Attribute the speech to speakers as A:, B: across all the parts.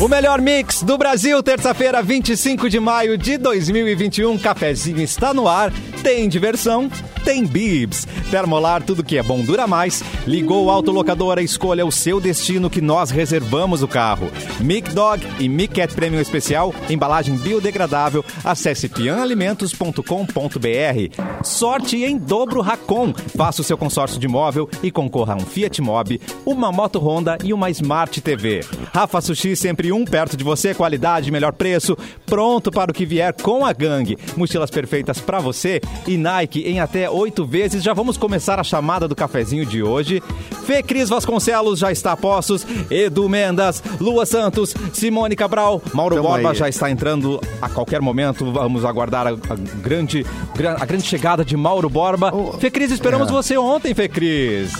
A: O melhor mix do Brasil, terça-feira, 25 de maio de 2021. Cafezinho está no ar. Tem diversão, tem bibs. Termolar, tudo que é bom dura mais. Ligou o autolocadora, escolha o seu destino que nós reservamos o carro. Mic Dog e Mic Cat Premium Especial, embalagem biodegradável. Acesse pianalimentos.com.br. Sorte em dobro Racon. Faça o seu consórcio de imóvel e concorra a um Fiat Mobi, uma moto Honda e uma Smart TV. Rafa Sushi, sempre um perto de você, qualidade, melhor preço, pronto para o que vier com a gangue. Mochilas perfeitas para você e Nike em até oito vezes. Já vamos começar a chamada do cafezinho de hoje. Fê Cris Vasconcelos já está a postos, Edu Mendas, Lua Santos, Simone Cabral, Mauro
B: Tamo
A: Borba
B: aí.
A: já está entrando a qualquer momento. Vamos aguardar a, a grande, gra- a grande chegada de Mauro Borba.
C: Oh.
A: Fê Cris,
C: É.
A: esperamos você ontem, Fê Cris.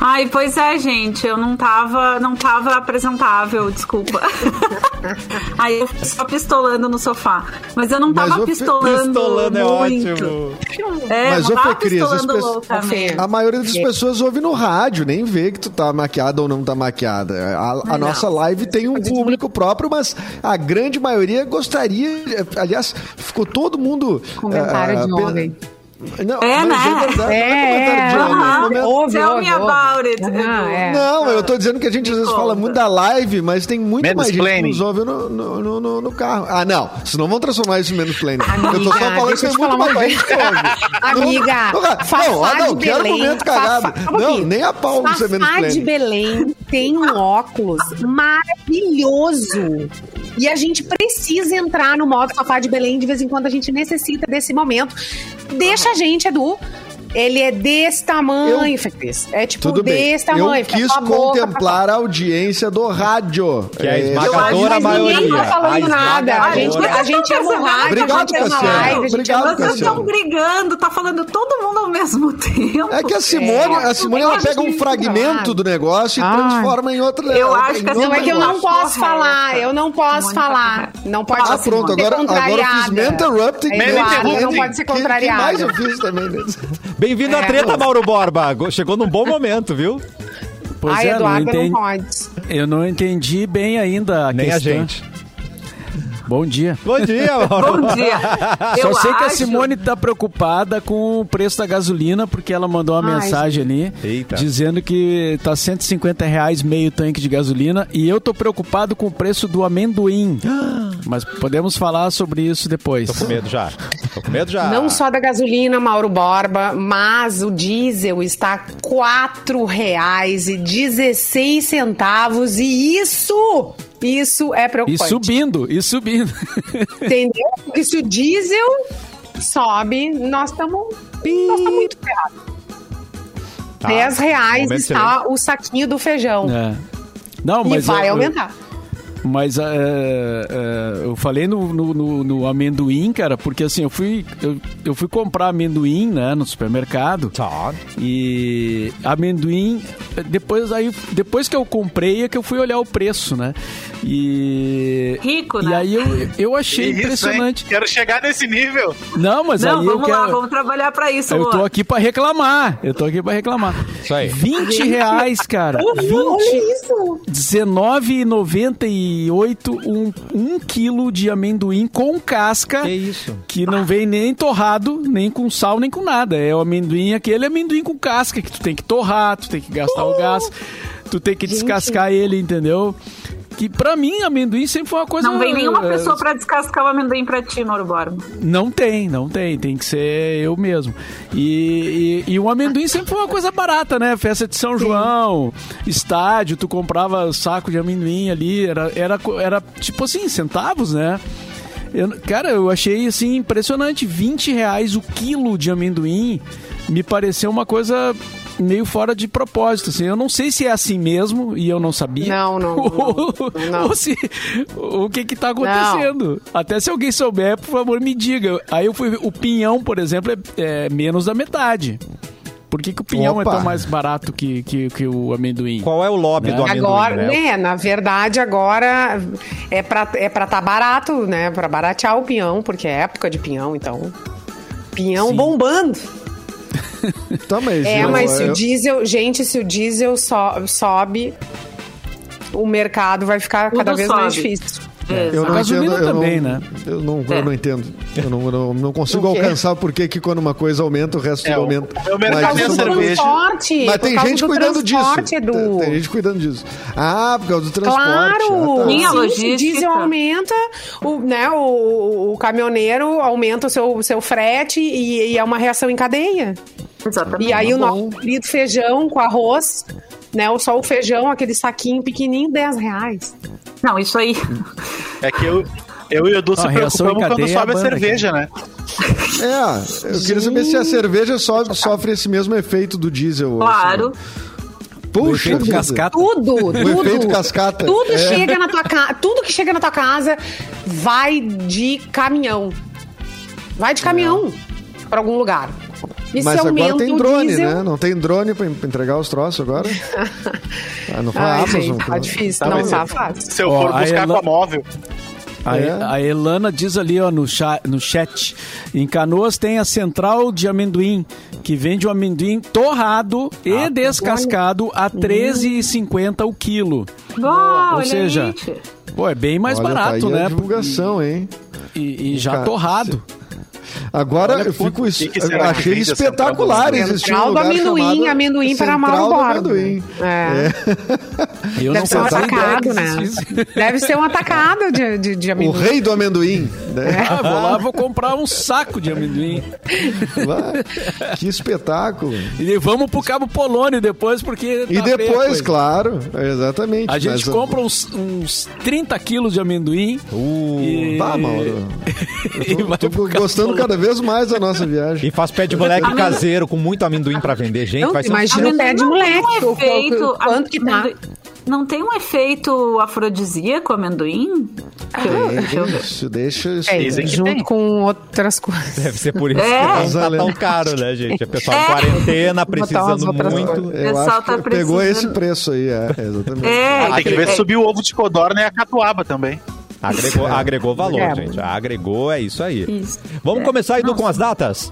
C: Ai, pois é, gente, eu não tava, não tava apresentável, desculpa. Aí eu fiquei só pistolando no sofá. Mas eu não
B: Mas
C: tava
B: o fi-
C: pistolando.
A: Pistolando é
C: muito.
A: ótimo.
C: É,
B: Mas o
C: não tava
B: Fê Cris, as
C: pistolando né?
B: pessoas-
C: loucamente.
B: A maioria
D: É.
B: das pessoas ouve no rádio, nem vê que tu tá maquiada ou não tá maquiada. A, a nossa live tem um público próprio, mas a grande maioria gostaria. Aliás, ficou todo mundo.
D: Comentário
B: ah,
D: de
B: pe-
D: homem.
B: Não,
C: É,
B: mas
C: né?
B: verdade, não comentário de
C: é.
B: homem,
C: Aham.
B: comenta-
C: Ouve, Tell me about it.
D: Aham, é.
B: Não, eu tô dizendo que a gente às vezes
C: Me
B: fala
C: conta.
B: muito da live, mas tem muito
E: Menos
B: mais gente que
E: planning.
B: nos ouve no, no, no- no- no carro. Ah, não. Senão vão transformar isso em menos planning. eu tô só
D: Amiga,
B: falando que
D: deixa
B: tem
D: eu te
B: muito
D: falar
B: mais
D: uma
B: gente que ouve.
D: Amiga,
B: Não,
D: Fafá
B: não, ah, não,
D: de
B: quero
D: Belém,
B: momento cagado.
D: Fafá- Calma
B: Não,
D: aqui.
B: nem a Paulo isso é menos
D: Fafá de
B: planning.
D: Belém tem um óculos maravilhoso. E a gente precisa entrar no modo Fafá de Belém de vez em quando a gente necessita desse momento. Deixa a gente, Edu. Ele é desse tamanho, Fê Cris. É tipo
B: Tudo bem.
D: desse tamanho.
B: eu
D: fica
B: quis
D: com a boca pra
B: contemplar a audiência do rádio.
A: Que é a
B: É,
A: esmagadora
D: Mas ninguém
A: maioria.
D: tá falando
A: A
D: nada. A
A: esmagadora.
D: gente,
C: Vocês
D: a gente é
C: tão
D: no rádio,
B: Obrigado,
D: a gente é na
B: Cassiano.
D: live, a gente é
B: Obrigado,
D: no
C: Vocês estão
B: Cassiano.
C: brigando, tá falando todo mundo ao mesmo tempo.
B: É que a Simone, a Simone
D: Eu
B: ela
D: acho
B: pega um
D: que-
B: fragmento do negócio e
D: Ah.
B: transforma em outra.
C: Eu acho que a
B: em
D: Não
B: outro
D: é que eu
B: negócio.
D: não
C: Correta.
D: posso falar, eu não posso
C: Muito
D: falar.
C: correta.
D: Não pode
B: Ah,
D: Assim, ser
B: pronto, agora, agora eu fiz
D: contrariada.
B: Man Interrupting.
D: É,
B: Man
D: claro,
B: Interrupting.
D: não pode ser
B: Que-
D: contrariada.
B: Que mais eu fiz também. né?
A: Bem-vindo à
D: É,
A: treta,
D: pois.
A: Mauro Borba. Go- Chegou num bom momento, viu?
F: Pois
D: Ai,
F: é,
D: Ah, Eduardo,
F: não
D: não,
F: entendi,
D: pode.
F: eu não entendi bem ainda a
A: Nem a
F: questão.
A: gente.
F: Bom dia.
A: Bom dia, Mauro.
C: Bom dia.
F: Só
C: Eu
F: sei que a
C: acho-
F: Simone tá preocupada com o preço da gasolina, porque ela mandou uma
D: Ai,
F: mensagem ali
A: Eita.
F: dizendo que tá R$ 150 reais meio tanque de gasolina e eu tô preocupado com o preço do amendoim. Mas podemos falar sobre isso depois.
A: Tô com medo já. Tô com medo
B: Ah.
A: já.
D: Não só da gasolina, Mauro Borba, mas o diesel está R$ 4,16 e isso, isso é
F: E
D: preocupante.
F: subindo, e subindo.
D: Entendeu? Porque se o diesel sobe, nós estamos nós tamo muito ferrados.
A: Tá.
D: R$ 10 reais
A: Momento
D: está o saquinho do feijão.
F: É. Não,
D: E
F: mas
D: vai
A: é
F: eu- eu-
D: aumentar.
F: Mas é, é, eu falei no, no- no- no amendoim, cara, porque assim, eu fui, eu, eu fui comprar amendoim, né, no supermercado.
A: Tá.
F: E amendoim, depois, aí, depois que eu comprei é que eu fui olhar o preço, né? E.
C: Rico,
F: e
C: né?
F: aí eu, eu achei
E: Que isso, hein?
F: impressionante.
E: Quero chegar nesse nível.
F: Não, mas
C: Não,
F: é aí eu
C: vamos
F: quero.
C: lá, vamos trabalhar pra isso,
F: Eu tô
C: Luan.
F: aqui pra reclamar. Eu tô aqui pra reclamar.
A: Isso aí.
F: 20 reais, cara. 20,
D: Olha isso!
F: R$19,98 um, um quilo de amendoim com casca.
A: Que isso?
F: Que não vem nem torrado, nem com sal, nem com nada. É o amendoim, aquele amendoim com casca que tu tem que torrar, tu tem que gastar o gás, tu tem que descascar ele, entendeu? Que pra mim, amendoim sempre foi uma coisa.
C: Não vem nenhuma
F: eh,
C: pessoa pra descascar o amendoim pra ti, Mauro Borba.
F: não tem, não tem. Tem que ser eu mesmo. E, e, e o amendoim sempre foi uma coisa barata, né? Festa de São João, estádio, tu comprava saco de amendoim ali. Era, era, co- era tipo assim, centavos, né? Eu- cara, eu achei assim impressionante. 20 reais o quilo de amendoim me pareceu uma coisa meio fora de propósito. Assim. Eu não sei se é assim mesmo e eu não sabia.
D: Não, não,
F: Ou-
D: não, não.
F: ou se, o que que tá acontecendo. Até se alguém souber, por favor, me diga. Aí eu fui ver, o pinhão, por exemplo, é, é menos da metade. Por que, que o pinhão
B: Opa.
F: é tão mais barato que, que, que o amendoim?
A: Qual é o lobby do amendoim,
D: Agora,
A: né?
D: né, na verdade, agora é pra é pra tá barato, né? Pra baratear o pinhão, porque é época de pinhão, então. Pinhão bombando.
B: Tá, mas
D: É,
B: eu-
D: mas se
B: eu-
D: o diesel. Gente, se o diesel so- sobe. o mercado vai ficar
C: Tudo
D: cada vez mais
C: sobe.
D: difícil.
B: É, Eu não
F: Gasolina
B: entendo, eu
F: também,
B: não,
F: né?
B: Eu não, eu
C: É.
B: não entendo. Eu não, eu não, não consigo
D: O quê?
B: alcançar porque que quando uma coisa aumenta, o resto
E: É,
B: tudo
E: o-
B: aumenta.
E: o meu mercado
B: Mas
D: Por causa
E: é
D: do
B: isso é uma-
E: cerveja.
D: transporte.
B: Mas
D: por
B: tem
D: causa
B: gente
D: do
B: cuidando disso.
D: transporte, Edu.
B: Tem, tem gente cuidando disso. Ah, por causa do transporte.
D: Claro,
B: Ah, tá.
C: Sim, a
D: Sim,
C: logística.
D: se o diesel aumenta, o, né, o, o caminhoneiro aumenta o seu, o seu frete e, e é uma reação em cadeia.
C: Exatamente.
D: E aí o
B: bom.
D: nosso querido feijão com arroz, né, o- só o feijão, aquele saquinho pequenininho, 10 reais.
C: Não, isso aí.
E: É que eu, eu e o Edu se
F: Ah, reação em
E: preocupamos quando
F: cadeia é a
E: sobe a
F: banda,
E: cerveja, né?
B: É, eu queria saber se a cerveja so- sofre esse mesmo efeito do diesel. assim.
C: Claro.
B: Puxa,
F: Feito
B: vida.
F: cascata.
D: Tudo,
B: Tá. O efeito
D: tudo.
B: cascata.
D: Tudo
B: É.
D: chega na tua casa, tudo que chega na tua casa vai de caminhão. Vai de caminhão pra algum lugar. E
B: É. Mas
D: se
B: agora
D: aumenta
B: tem
D: o
B: drone,
D: é um diesel,
B: né? Não tem drone pra en- pra entregar os troços agora? Ah, não foi a
D: Ai,
B: Amazon.
D: gente, tá
B: não.
D: difícil,
E: Tá,
D: não
E: mas
D: tá
E: se-
D: fácil.
E: Se eu
F: Ó,
E: for
F: aí
E: buscar
F: ela-
E: com a móvel.
F: A,
B: É.
F: a Elana diz ali ó, no, cha- no chat: em Canoas tem a central de amendoim, que vende o amendoim torrado
B: Ah, tá
F: e descascado a R$
B: Hum.
F: 13,50 o quilo.
C: Boa,
F: Ou
C: olha
F: seja,
C: aí.
F: Pô, é bem mais
B: Olha, tá
F: barato,
B: aí a
F: né?
B: divulgação, hein?
F: E, e já
B: Cara,
F: torrado.
B: Agora eu fico.
E: quanto- que que será que
B: achei
E: vende a
B: espetacular
E: Central do Amendoim?
B: existir um
D: Central do
B: lugar
D: Amendoim,
B: chamado
D: amendoim para
B: Central
D: Mauro
B: do
D: Borba.
B: Amendoim.
D: É.
F: Eu
D: Deve ser um
B: faço
F: fazia ideia
D: atacado,
F: que
D: né?
F: existisse.
D: Deve ser um atacado de, de, de É.
B: O
D: amendoim.
B: rei do amendoim. né?
F: Ah, vou lá, vou comprar um saco de amendoim.
D: É.
B: Vai. que espetáculo.
F: E vamos pro Cabo Polônio depois, porque.
B: E
F: tá feia a
B: depois,
F: coisa.
B: claro, exatamente.
F: A
B: mas-
F: gente compra uns, uns 30 quilos de amendoim.
B: Uh,
F: e-
B: Bah, Mauro.
F: e vai
B: Tô
F: pro Cabo
B: gostando cada vez mais da nossa viagem.
A: E faz pé de moleque
C: Amendoim.
A: caseiro com muito amendoim pra vender, gente.
D: Não,
A: Vai ser um
D: imagina o pé de
C: não
D: moleque.
C: tem
D: o
C: um
D: qual-
C: efeito.
D: o quanto que tá.
C: amendoim- Não tem um efeito afrodisíaco amendoim? Que eu- que eu-
B: Isso, deixa isso.
D: É,
E: Dizem que
D: junto
E: tem.
D: com outras coisas.
A: Deve ser por isso
C: É.
A: que não tá tão caro, né, gente? A pessoa em
C: É.
A: quarentena,
D: umas
A: precisando
D: outras
A: muito.
D: coisas.
B: É, Eu
C: pessoal
B: acho
C: tá
B: que pegou
C: precisando.
B: esse preço aí, é, exatamente.
C: É,
E: Ah, tem que
C: aquele-
E: ver se subiu o ovo de codorna e a catuaba também.
A: Agregou, agregou valor,
D: É.
A: gente. Agregou, é isso aí.
C: Isso.
A: Vamos começar, Edu, com as datas?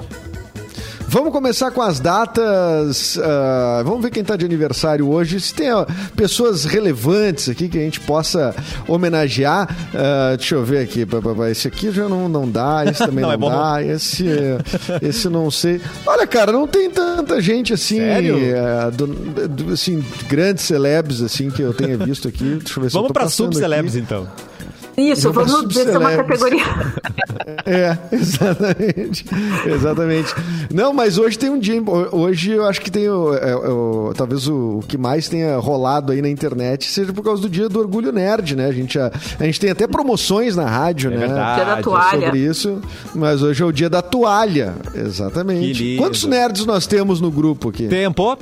B: Vamos começar com as datas. ah, vamos ver quem está de aniversário hoje. Se tem ó, pessoas relevantes aqui que a gente possa homenagear. Ah, deixa eu ver aqui. pá, pá, pá. Esse aqui já não, não dá, esse também
A: Não,
B: não,
A: é bom
B: dá, esse, eh, esse não sei. Olha, cara, não tem tanta gente assim.
A: Sério?
B: eh, do- do- assim, grandes celebs assim que eu tenha visto aqui. Deixa eu ver se eu
A: Vamos
B: tô
A: pra
B: passando
A: subcelebs,
B: aqui.
A: então.
C: Isso,
B: Vamos
C: vamos ver se é uma
B: subcelebres.
C: categoria.
B: É, exatamente. Exatamente. Não, mas hoje tem um dia. Hoje eu acho que tem. o- é, o- talvez o, o que mais tenha rolado aí na internet seja por causa do dia do orgulho nerd, né? A gente, a, a gente tem até promoções na rádio, né?
A: É verdade.
C: Dia da toalha.
B: Sobre isso, mas hoje é o dia da toalha. Exatamente.
A: Que lindo.
B: Quantos nerds nós temos no grupo aqui?
A: Tempo.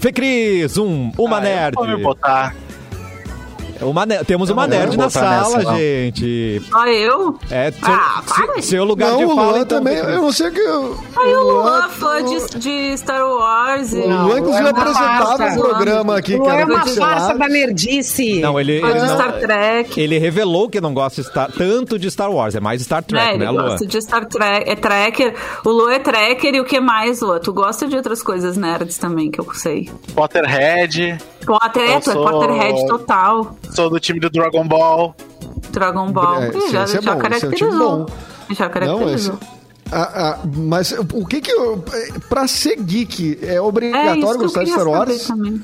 A: Fê Cris, um, uma
E: Ah, eu
A: nerd.
E: Vou me botar.
A: Uma ne- Temos uma
E: Eu
A: nerd
E: vou
A: na
E: botar
A: sala,
E: nessa, não.
A: gente.
C: Só eu?
A: É seu,
C: Ah,
A: se-
C: para.
A: seu lugar
B: Não,
A: de
B: o
A: fala,
B: Luan
A: então,
B: também. é
A: Fê Cris.
B: Eu não sei o que. o-
C: Aí o
B: Luan-
C: Luan, fã de, de Star Wars. e-
B: O Luan, inclusive,
D: é uma
B: apresentado
D: farsa.
B: um programa aqui,
D: Luan
B: cara.
D: é uma
B: pixelado.
D: farsa da nerdice.
A: Não, ele,
C: Fã
A: ele
C: de
A: não-
C: Star Trek.
A: ele revelou que não gosta de Star- tanto de Star Wars, é mais Star Trek,
C: né, ele
A: né, Luan?
C: gosta de Star Trek, é tracker. O Lu é tracker e o que mais, Lu? Tu gosta de outras coisas nerds também, que eu sei.
E: Potterhead.
C: Potter, é, tu é
E: sou-
C: Potterhead total.
E: Sou do time do Dragon Ball.
C: Dragon Ball.
B: É,
C: Ih, já,
B: esse é bom,
C: já
B: esse é um
C: caracterizou.
B: time
C: Já caracterizou.
B: Não, esse- Ah, ah, mas o que que eu... Pra ser geek, é
C: isso que
B: obrigatório
C: eu
B: gostar de
C: queria
B: Star
C: saber
B: Wars?
C: também.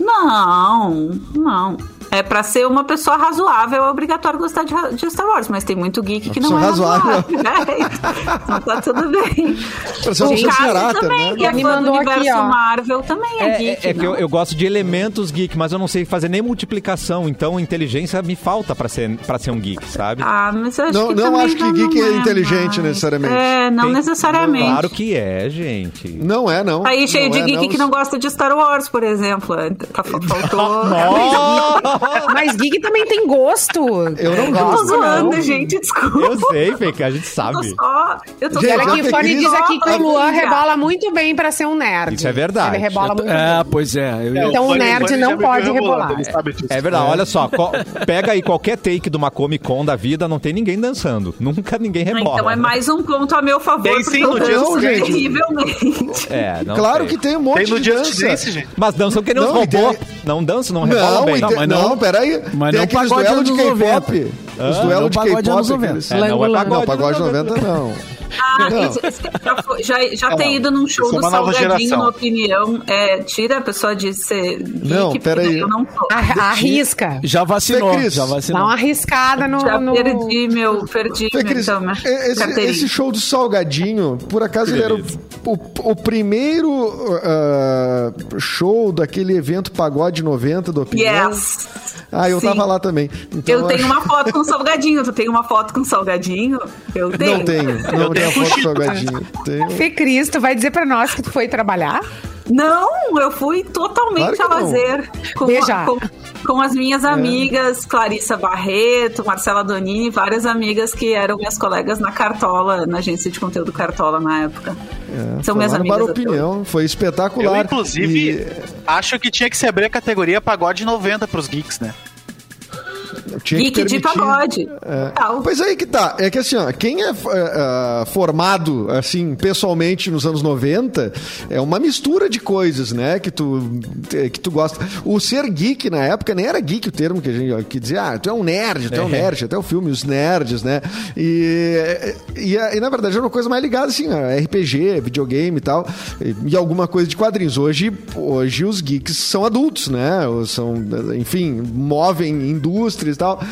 C: Não, não. É pra ser uma pessoa razoável, é obrigatório gostar de, ra- de Star Wars, mas tem muito geek que não
B: pessoa
C: é
B: razoável.
C: razoável. É, não tá tudo bem.
B: Pra ser uma
C: o
B: pessoa
C: Cássio
B: barata,
C: também,
B: né?
C: que é
D: Ele
C: fã do
D: mandou aqui,
C: universo
D: ó.
C: Marvel, também é,
A: É,
C: geek.
A: é- é que
C: não?
A: eu, eu gosto de elementos geek, mas eu não sei fazer nem multiplicação, então inteligência me falta pra ser, pra ser um geek, sabe?
C: Ah, mas eu acho
B: Não-
C: que
B: não
C: também
B: acho que
C: já
B: geek
C: não
B: é inteligente
C: mais.
B: necessariamente.
C: É, não
A: Tem-
C: necessariamente.
A: Claro que é, gente.
B: Não é, não.
C: Tá Aí cheio
B: Não
C: de
B: é,
C: geek que não gosta de Star Wars, por exemplo. Tá, faltou.
D: Mas Gig também tem gosto.
B: Eu não
C: Eu tô
B: gosto.
C: zoando,
B: não.
C: gente, desculpa.
A: Eu sei, Fê, que a gente
C: Eu tô
A: sabe.
C: só. Eu tô
B: Gente,
C: só-
D: Olha aqui,
B: Fê
D: o Fone
B: Cris,
D: diz aqui que o Luan
C: Já.
D: rebala muito bem pra ser um nerd.
A: Isso é verdade.
D: Ele rebola muito
F: É,
D: bem.
F: pois é. eu ia-
D: Então o
E: Bunny-
D: nerd
E: Bunny
D: não
E: já me viu
D: pode
E: rebolando,
D: rebolar.
E: Ele sabe disso.
A: É verdade, olha só, co- pega aí qualquer take de uma Comic Con da vida, não tem ninguém dançando. Nunca ninguém
C: Ah,
A: rebola.
C: Então é mais um ponto a meu favor,
E: Tem
C: porque
E: sim,
C: eu
E: no dia
C: danço
B: do skate.
C: terrivelmente.
A: É, não sei.
B: Claro que tem um monte
E: É. Tem no
B: de
E: dia
B: dança.
E: gente.
A: Mas dançam que nem os
B: Não, e
A: robôs.
B: tem-
A: Não dança, não é, rebola
B: Não,
A: bem.
B: e
F: Não,
B: te-
F: mas
B: não, é
F: não-
B: peraí.
F: mas
B: Tem
F: não
B: aqueles
F: pagode
B: duelos de
F: anos
B: K-pop.
F: 90.
B: Os
F: Ah, não
B: duelos de
F: pagode anos
B: K-pop.
F: 90.
B: aqueles-
A: É, não é
B: Não,
A: pagode.
B: pagode 90 não.
C: Ah,
B: Não.
C: isso- isso- já foi- já, já
E: Não,
C: ter ido num show
E: isso é
C: do
E: uma nova
C: Salgadinho,
E: geração.
C: na opinião, é, tira a pessoa de ser geek,
B: Não,
C: porque
B: peraí.
C: eu não sou.
B: Ah,
D: A- Arrisca.
F: Já vacinou,
B: Fê Cris,
F: já
D: Dá
F: vacinou.
D: uma arriscada
B: ah,
D: no.
C: Já
D: no-
C: perdi meu, perdi
B: Fê,
C: meu,
B: Cris,
C: então, minha
B: é, esse,
C: carteirinha.
B: esse show do Salgadinho, por acaso ele era o, o- o primeiro ah, show daquele evento Pagode 90 do Opinião?
C: Yes.
B: Ah, eu
C: Sim.
B: tava lá também. né? Então
C: eu tenho uma foto com salgadinho. Tu tem uma foto com salgadinho? Eu tenho.
B: Não tenho, não tenho a foto do Salgadinho. Tenho.
D: Fê Cris, tu vai dizer pra nós que tu foi trabalhar?
C: Não, eu fui
B: Claro
C: totalmente
B: que
C: a
B: não. É.
C: lazer. Com,
D: Beijar.
C: com- com as minhas amigas, Clarissa Barreto, Marcela Donini, várias amigas que eram minhas colegas na Cartola, na agência de conteúdo Cartola na época.
B: É,
C: São
B: Foi
C: minhas
B: lá no né?
C: amigas.
B: Bar
C: até
B: Opinião, foi
E: Eu,
B: espetacular. é,
E: inclusive, acho que tinha que se abrir a categoria pagode 90 pros geeks, né?
B: E
C: hoje.
B: tinha que
C: Geek de
B: permitir- É.
C: pagode. Tal.
B: Pois aí que tá. É que assim, ó, quem é eh, eh, formado, assim, pessoalmente nos anos 90, é uma mistura de coisas, né? Que tu, eh, que tu gosta. O ser geek na época nem era geek o termo que a gente que dizia, ah, tu é um nerd, tu é um nerd, até o filme, os nerds, né? E, e, a- e, na verdade era uma coisa mais ligada, assim, a RPG, videogame e tal, e, e alguma coisa de quadrinhos. Hoje, hoje os geeks são adultos, né? Ou são, enfim, movem indústrias e tal.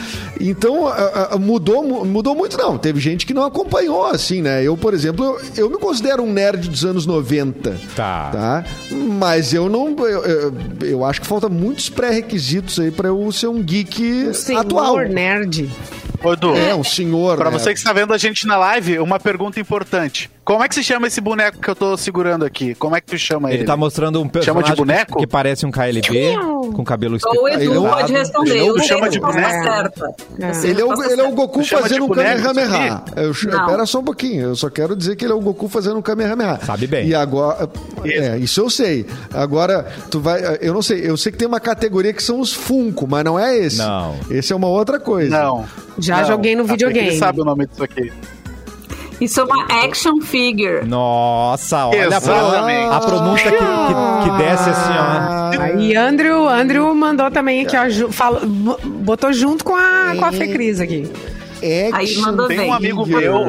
B: Então, a- a- mudou, mu- mudou muito, não. Teve gente que não acompanhou, assim, né? Eu, por exemplo, eu, eu me considero um nerd dos anos 90.
A: Tá.
B: Mas eu não. Eu, eu, eu acho que falta muitos pré-requisitos aí pra eu ser um geek
D: Senhor né?
B: atual.
D: nerd.
E: Ô, Edu,
B: É, um senhor.
E: pra
B: né?
E: você que está vendo a gente na live, uma pergunta importante. Como é que se chama esse boneco que eu tô segurando aqui? Como é que tu chama ele?
A: Ele tá mostrando um
E: Chama de
A: personagem
E: boneco?
A: que parece um KLB com cabelo
C: Ou o Edu
B: Ele é um-
C: pode responder.
E: ele é um
C: Eu sei
E: chama
C: a
E: de
C: resposta
E: boneco.
C: certa. Eu sei a
B: Ele é, o,
C: resposta
B: ele é o
C: certa.
B: Goku
E: Tu chama
B: fazendo
E: de
B: um
E: boneco, isso
B: Kamehameha.
E: aqui?
B: Eu, ch-
C: Não.
B: pera só um pouquinho, eu só quero dizer que ele é o Goku fazendo um Kamehameha.
A: Sabe bem.
B: E agora. É, isso eu sei. Agora, tu vai. Eu não sei, eu sei que tem uma categoria que são os Funko, mas não é esse.
A: Não.
B: Esse é uma outra coisa.
E: Não.
D: Já
E: Não.
D: joguei no
E: A Fê Cris
D: videogame.
E: sabe o nome disso aqui.
C: Isso é uma action figure.
A: Nossa, olha a, pro...
E: Exatamente.
A: a pronúncia que, que, que desce assim, ó.
B: Ah,
D: E Andrew, Andrew mandou também aqui, ó. ju- fala- bo- botou junto com a, com a
B: É.
D: Fê Cris aqui.
C: Aí mandou
E: Tem um
C: bem.
E: amigo meu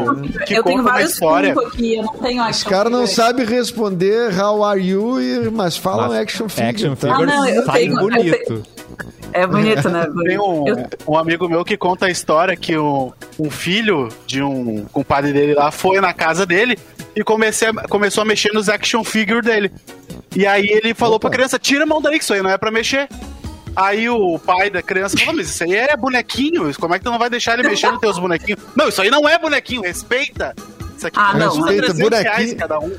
E: que
C: eu
E: conta
C: tenho
E: uma
C: vários
E: história.
C: Funko aqui, eu não tenho action
B: né? Os caras não
C: figure.
B: sabem responder how are you, e- mas falam
A: Mas
B: action figure.
A: action
B: tá?
A: figure
C: Ah, não, eu
A: sai
C: tenho- eu
A: bonito.
C: É bonito, né?
E: Tem um,
C: Eu-
E: um amigo meu que conta a história que um, um filho de um compadre dele lá foi na casa dele e comecei, a- começou a mexer nos action figure dele. E aí ele falou pra criança, tira a mão daí, que isso aí não é pra mexer. Aí o pai da criança falou, mas isso aí é bonequinho, como é que tu não vai deixar ele mexer nos teus bonequinhos? Não, isso aí não é bonequinho, respeita. Isso aqui
C: Ah, não.
E: custa
B: Respeita,
E: 300 reais
B: bonequinho.
E: cada um.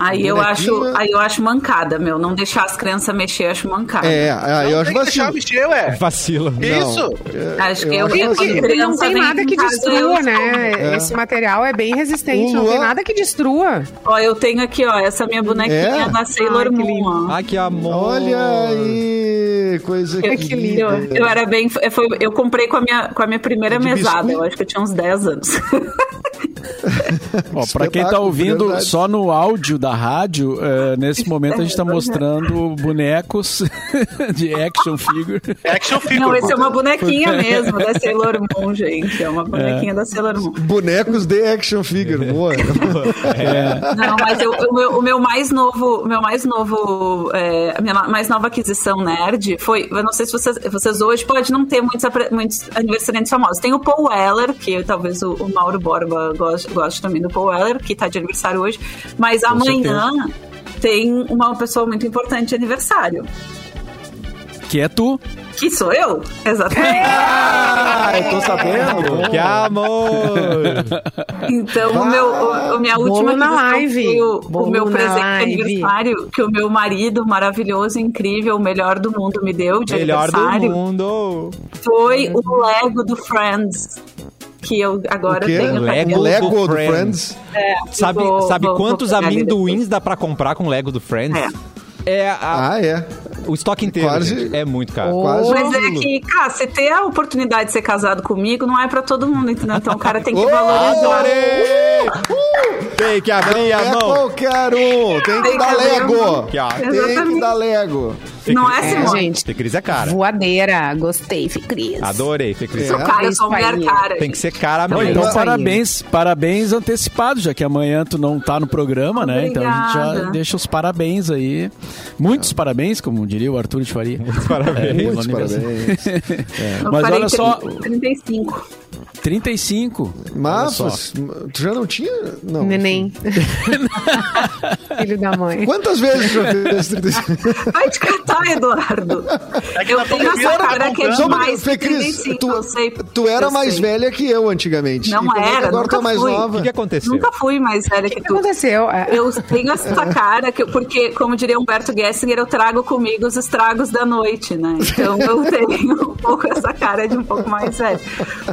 C: Aí eu,
B: Bonequinho,
C: acho,
B: né?
C: aí eu acho mancada, meu. Não deixar as crianças mexer, eu acho mancada.
B: É, aí eu
E: Não
B: acho
E: tem que deixar
B: vacilo.
E: mexer, ué.
A: Vacila.
E: Que
B: Não,
E: Isso.
B: é,
C: Acho que eu-
B: acho vacilo.
C: eu- eu-
D: Porque não
C: criança
D: tem
C: vem
D: nada
C: em
D: que
C: casa,
D: destrua,
C: eu
D: né?
B: É.
D: Esse material é bem resistente,
B: O
D: não tem
B: Luan-
D: nada que destrua.
C: Ó, eu tenho aqui, ó, essa minha bonequinha
B: É?
C: da Sailor
D: Ai, que
C: Moon, ó.
A: Ah, que amor.
B: Olha aí, coisa
C: Eu,
B: que
C: eu, eu era bem. eu Foi, eu comprei com a minha, com a minha primeira
B: De
C: mesada,
B: biscoito?
C: eu acho que eu tinha uns 10 anos.
F: Ó, pra quem tá
B: Espetáculo,
F: ouvindo
B: verdade.
F: só no áudio da rádio, eh, nesse momento a gente tá mostrando bonecos de action figure.
E: Action figure.
C: Não, esse é uma bonequinha mesmo, da Sailor Moon, gente. É uma bonequinha da Sailor Moon.
B: Bonecos de action figure, boa.
C: Não, mas eu- o, meu, o meu mais novo, o meu mais novo, é, a minha ma- mais nova aquisição nerd foi, eu não sei se vocês, vocês hoje pode não ter muitos, apre- muitos aniversariantes famosos. Tem o Paul Weller, que eu- talvez o, o Mauro Borba goste, goste também do Paul Weller, que tá de aniversário hoje, mas amanhã tem uma pessoa muito importante de aniversário,
F: Que é tu.
C: que sou eu, exatamente.
B: Ah, eu tô sabendo. é
A: Que amor.
C: Então, o meu, o, o minha
D: Ah, Bolo
C: última
D: na
C: aquisição
D: live.
C: foi o,
D: Bolo
C: o meu
D: na
C: presente de
D: live.
C: aniversário que o meu marido maravilhoso, incrível, o melhor do mundo me deu de
A: Melhor do
C: aniversário.
A: mundo.
C: foi o Lego do Friends. Que eu agora
B: O quê?
C: tenho pra
A: Lego?
B: O Lego do
A: Friends.
B: Friends.
C: É,
A: Sabe,
C: vou-
A: sabe
C: vou- vou
A: quantos
C: pegar ele
A: amendoins dá pra comprar com Lego do Friends? É, a,
B: Ah, é.
A: O estoque inteiro
B: Quase-
A: gente, é muito caro.
B: Quase
C: Mas é
B: um
C: que, cara, se ter a oportunidade de ser casado comigo, não é pra todo mundo, entendeu? Então o cara tem que
B: Oh,
C: valorizar.
A: Adorei! Tem que abrir a
B: É
A: mão.
B: qualquer um. Tem que
C: Tem
B: dar
C: que abrir a
B: lego.
C: mão.
A: Aqui, ó.
B: Tem que
C: Exatamente.
B: dar lego.
C: Não é,
D: É,
C: Simone?
D: gente.
A: Fê Cris é cara.
D: Voadeira. Gostei, Fê Cris.
A: Adorei, Fê Cris.
B: É.
C: Cara, eu sou um
D: Isso
C: mulher
D: aí.
C: cara.
A: Tem que ser cara
D: Então,
A: mesmo.
D: É
F: Então,
D: isso aí.
F: parabéns, parabéns antecipados, já que amanhã tu não tá no programa, né? Então a gente já
C: Obrigada.
F: deixa os parabéns aí. Muitos parabéns, como diria o Arthur de Faria. É, Muitos
A: parabéns.
B: Muitos parabéns.
C: Eu
F: É. Mas
C: parei
F: olha
C: em
F: só,
C: 35.
F: 35. Olha
B: Mas
F: só.
B: tu já não tinha? Não.
D: Neném. Filho da mãe.
B: Quantas vezes tu já fez 35?
C: Vai te catar, Eduardo.
E: É que
C: eu
E: tá
C: tenho
E: bom,
C: essa
E: tá
C: cara
E: bom,
C: que é
E: tá bom.
C: demais.
B: Fê Cris,
C: 35,
B: tu-
C: eu sei.
B: Tu era
C: eu
B: mais
C: sei.
B: velha que eu antigamente.
C: Não
B: E como é que
C: era,
B: Agora tu é
C: nunca
B: mais
C: fui.
A: O
B: nova.
A: que aconteceu?
C: Nunca fui mais velha que
D: O que
C: tu.
D: aconteceu? É,
C: Eu tenho essa cara, que, porque, como diria Humberto Gessinger, eu trago comigo os estragos da noite, né? Então eu tenho um pouco essa cara de um pouco mais velho.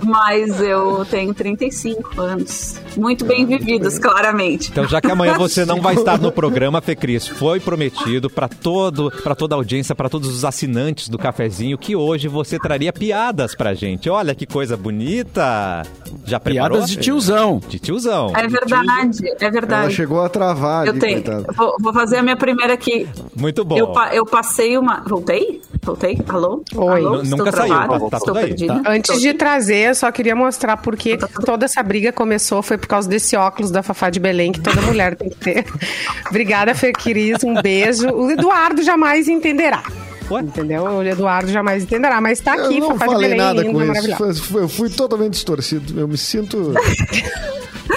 C: Mas eu tenho 35 anos. Muito
B: Ah,
C: bem vividos, claramente.
A: Então, já que amanhã você não vai estar no programa, Fê Cris, foi prometido para todo, para toda a audiência, para todos os assinantes do cafezinho, que hoje você traria piadas pra gente. Olha que coisa bonita! Já preparou?
F: Piadas de tiozão.
A: De tiozão.
C: É verdade, é
B: Ela
C: verdade.
B: chegou a travar
C: Eu
B: ali,
C: tenho.
B: coitada.
C: Vou, vou fazer a minha primeira aqui.
A: Muito bom.
C: Eu, pa- eu passei uma. Voltei? Voltei? Alô?
D: Oi.
C: Alô?
A: N- nunca saiu, tá-
C: travada?
A: tá
C: Estou
A: tudo aí,
C: perdida.
D: Antes de trazer, eu só queria mostrar porque toda essa briga começou foi por causa desse óculos da Fafá de Belém que toda mulher tem que ter. Obrigada, Fê Cris, um beijo. O Eduardo jamais entenderá.
A: Ué?
D: Entendeu? O Eduardo jamais entenderá, mas tá aqui,
B: eu não
D: Fafá de
B: falei
D: Belém,
B: nada
D: linda,
B: com isso.
D: maravilhosa.
B: Foi- foi- Eu fui totalmente distorcido. Eu me sinto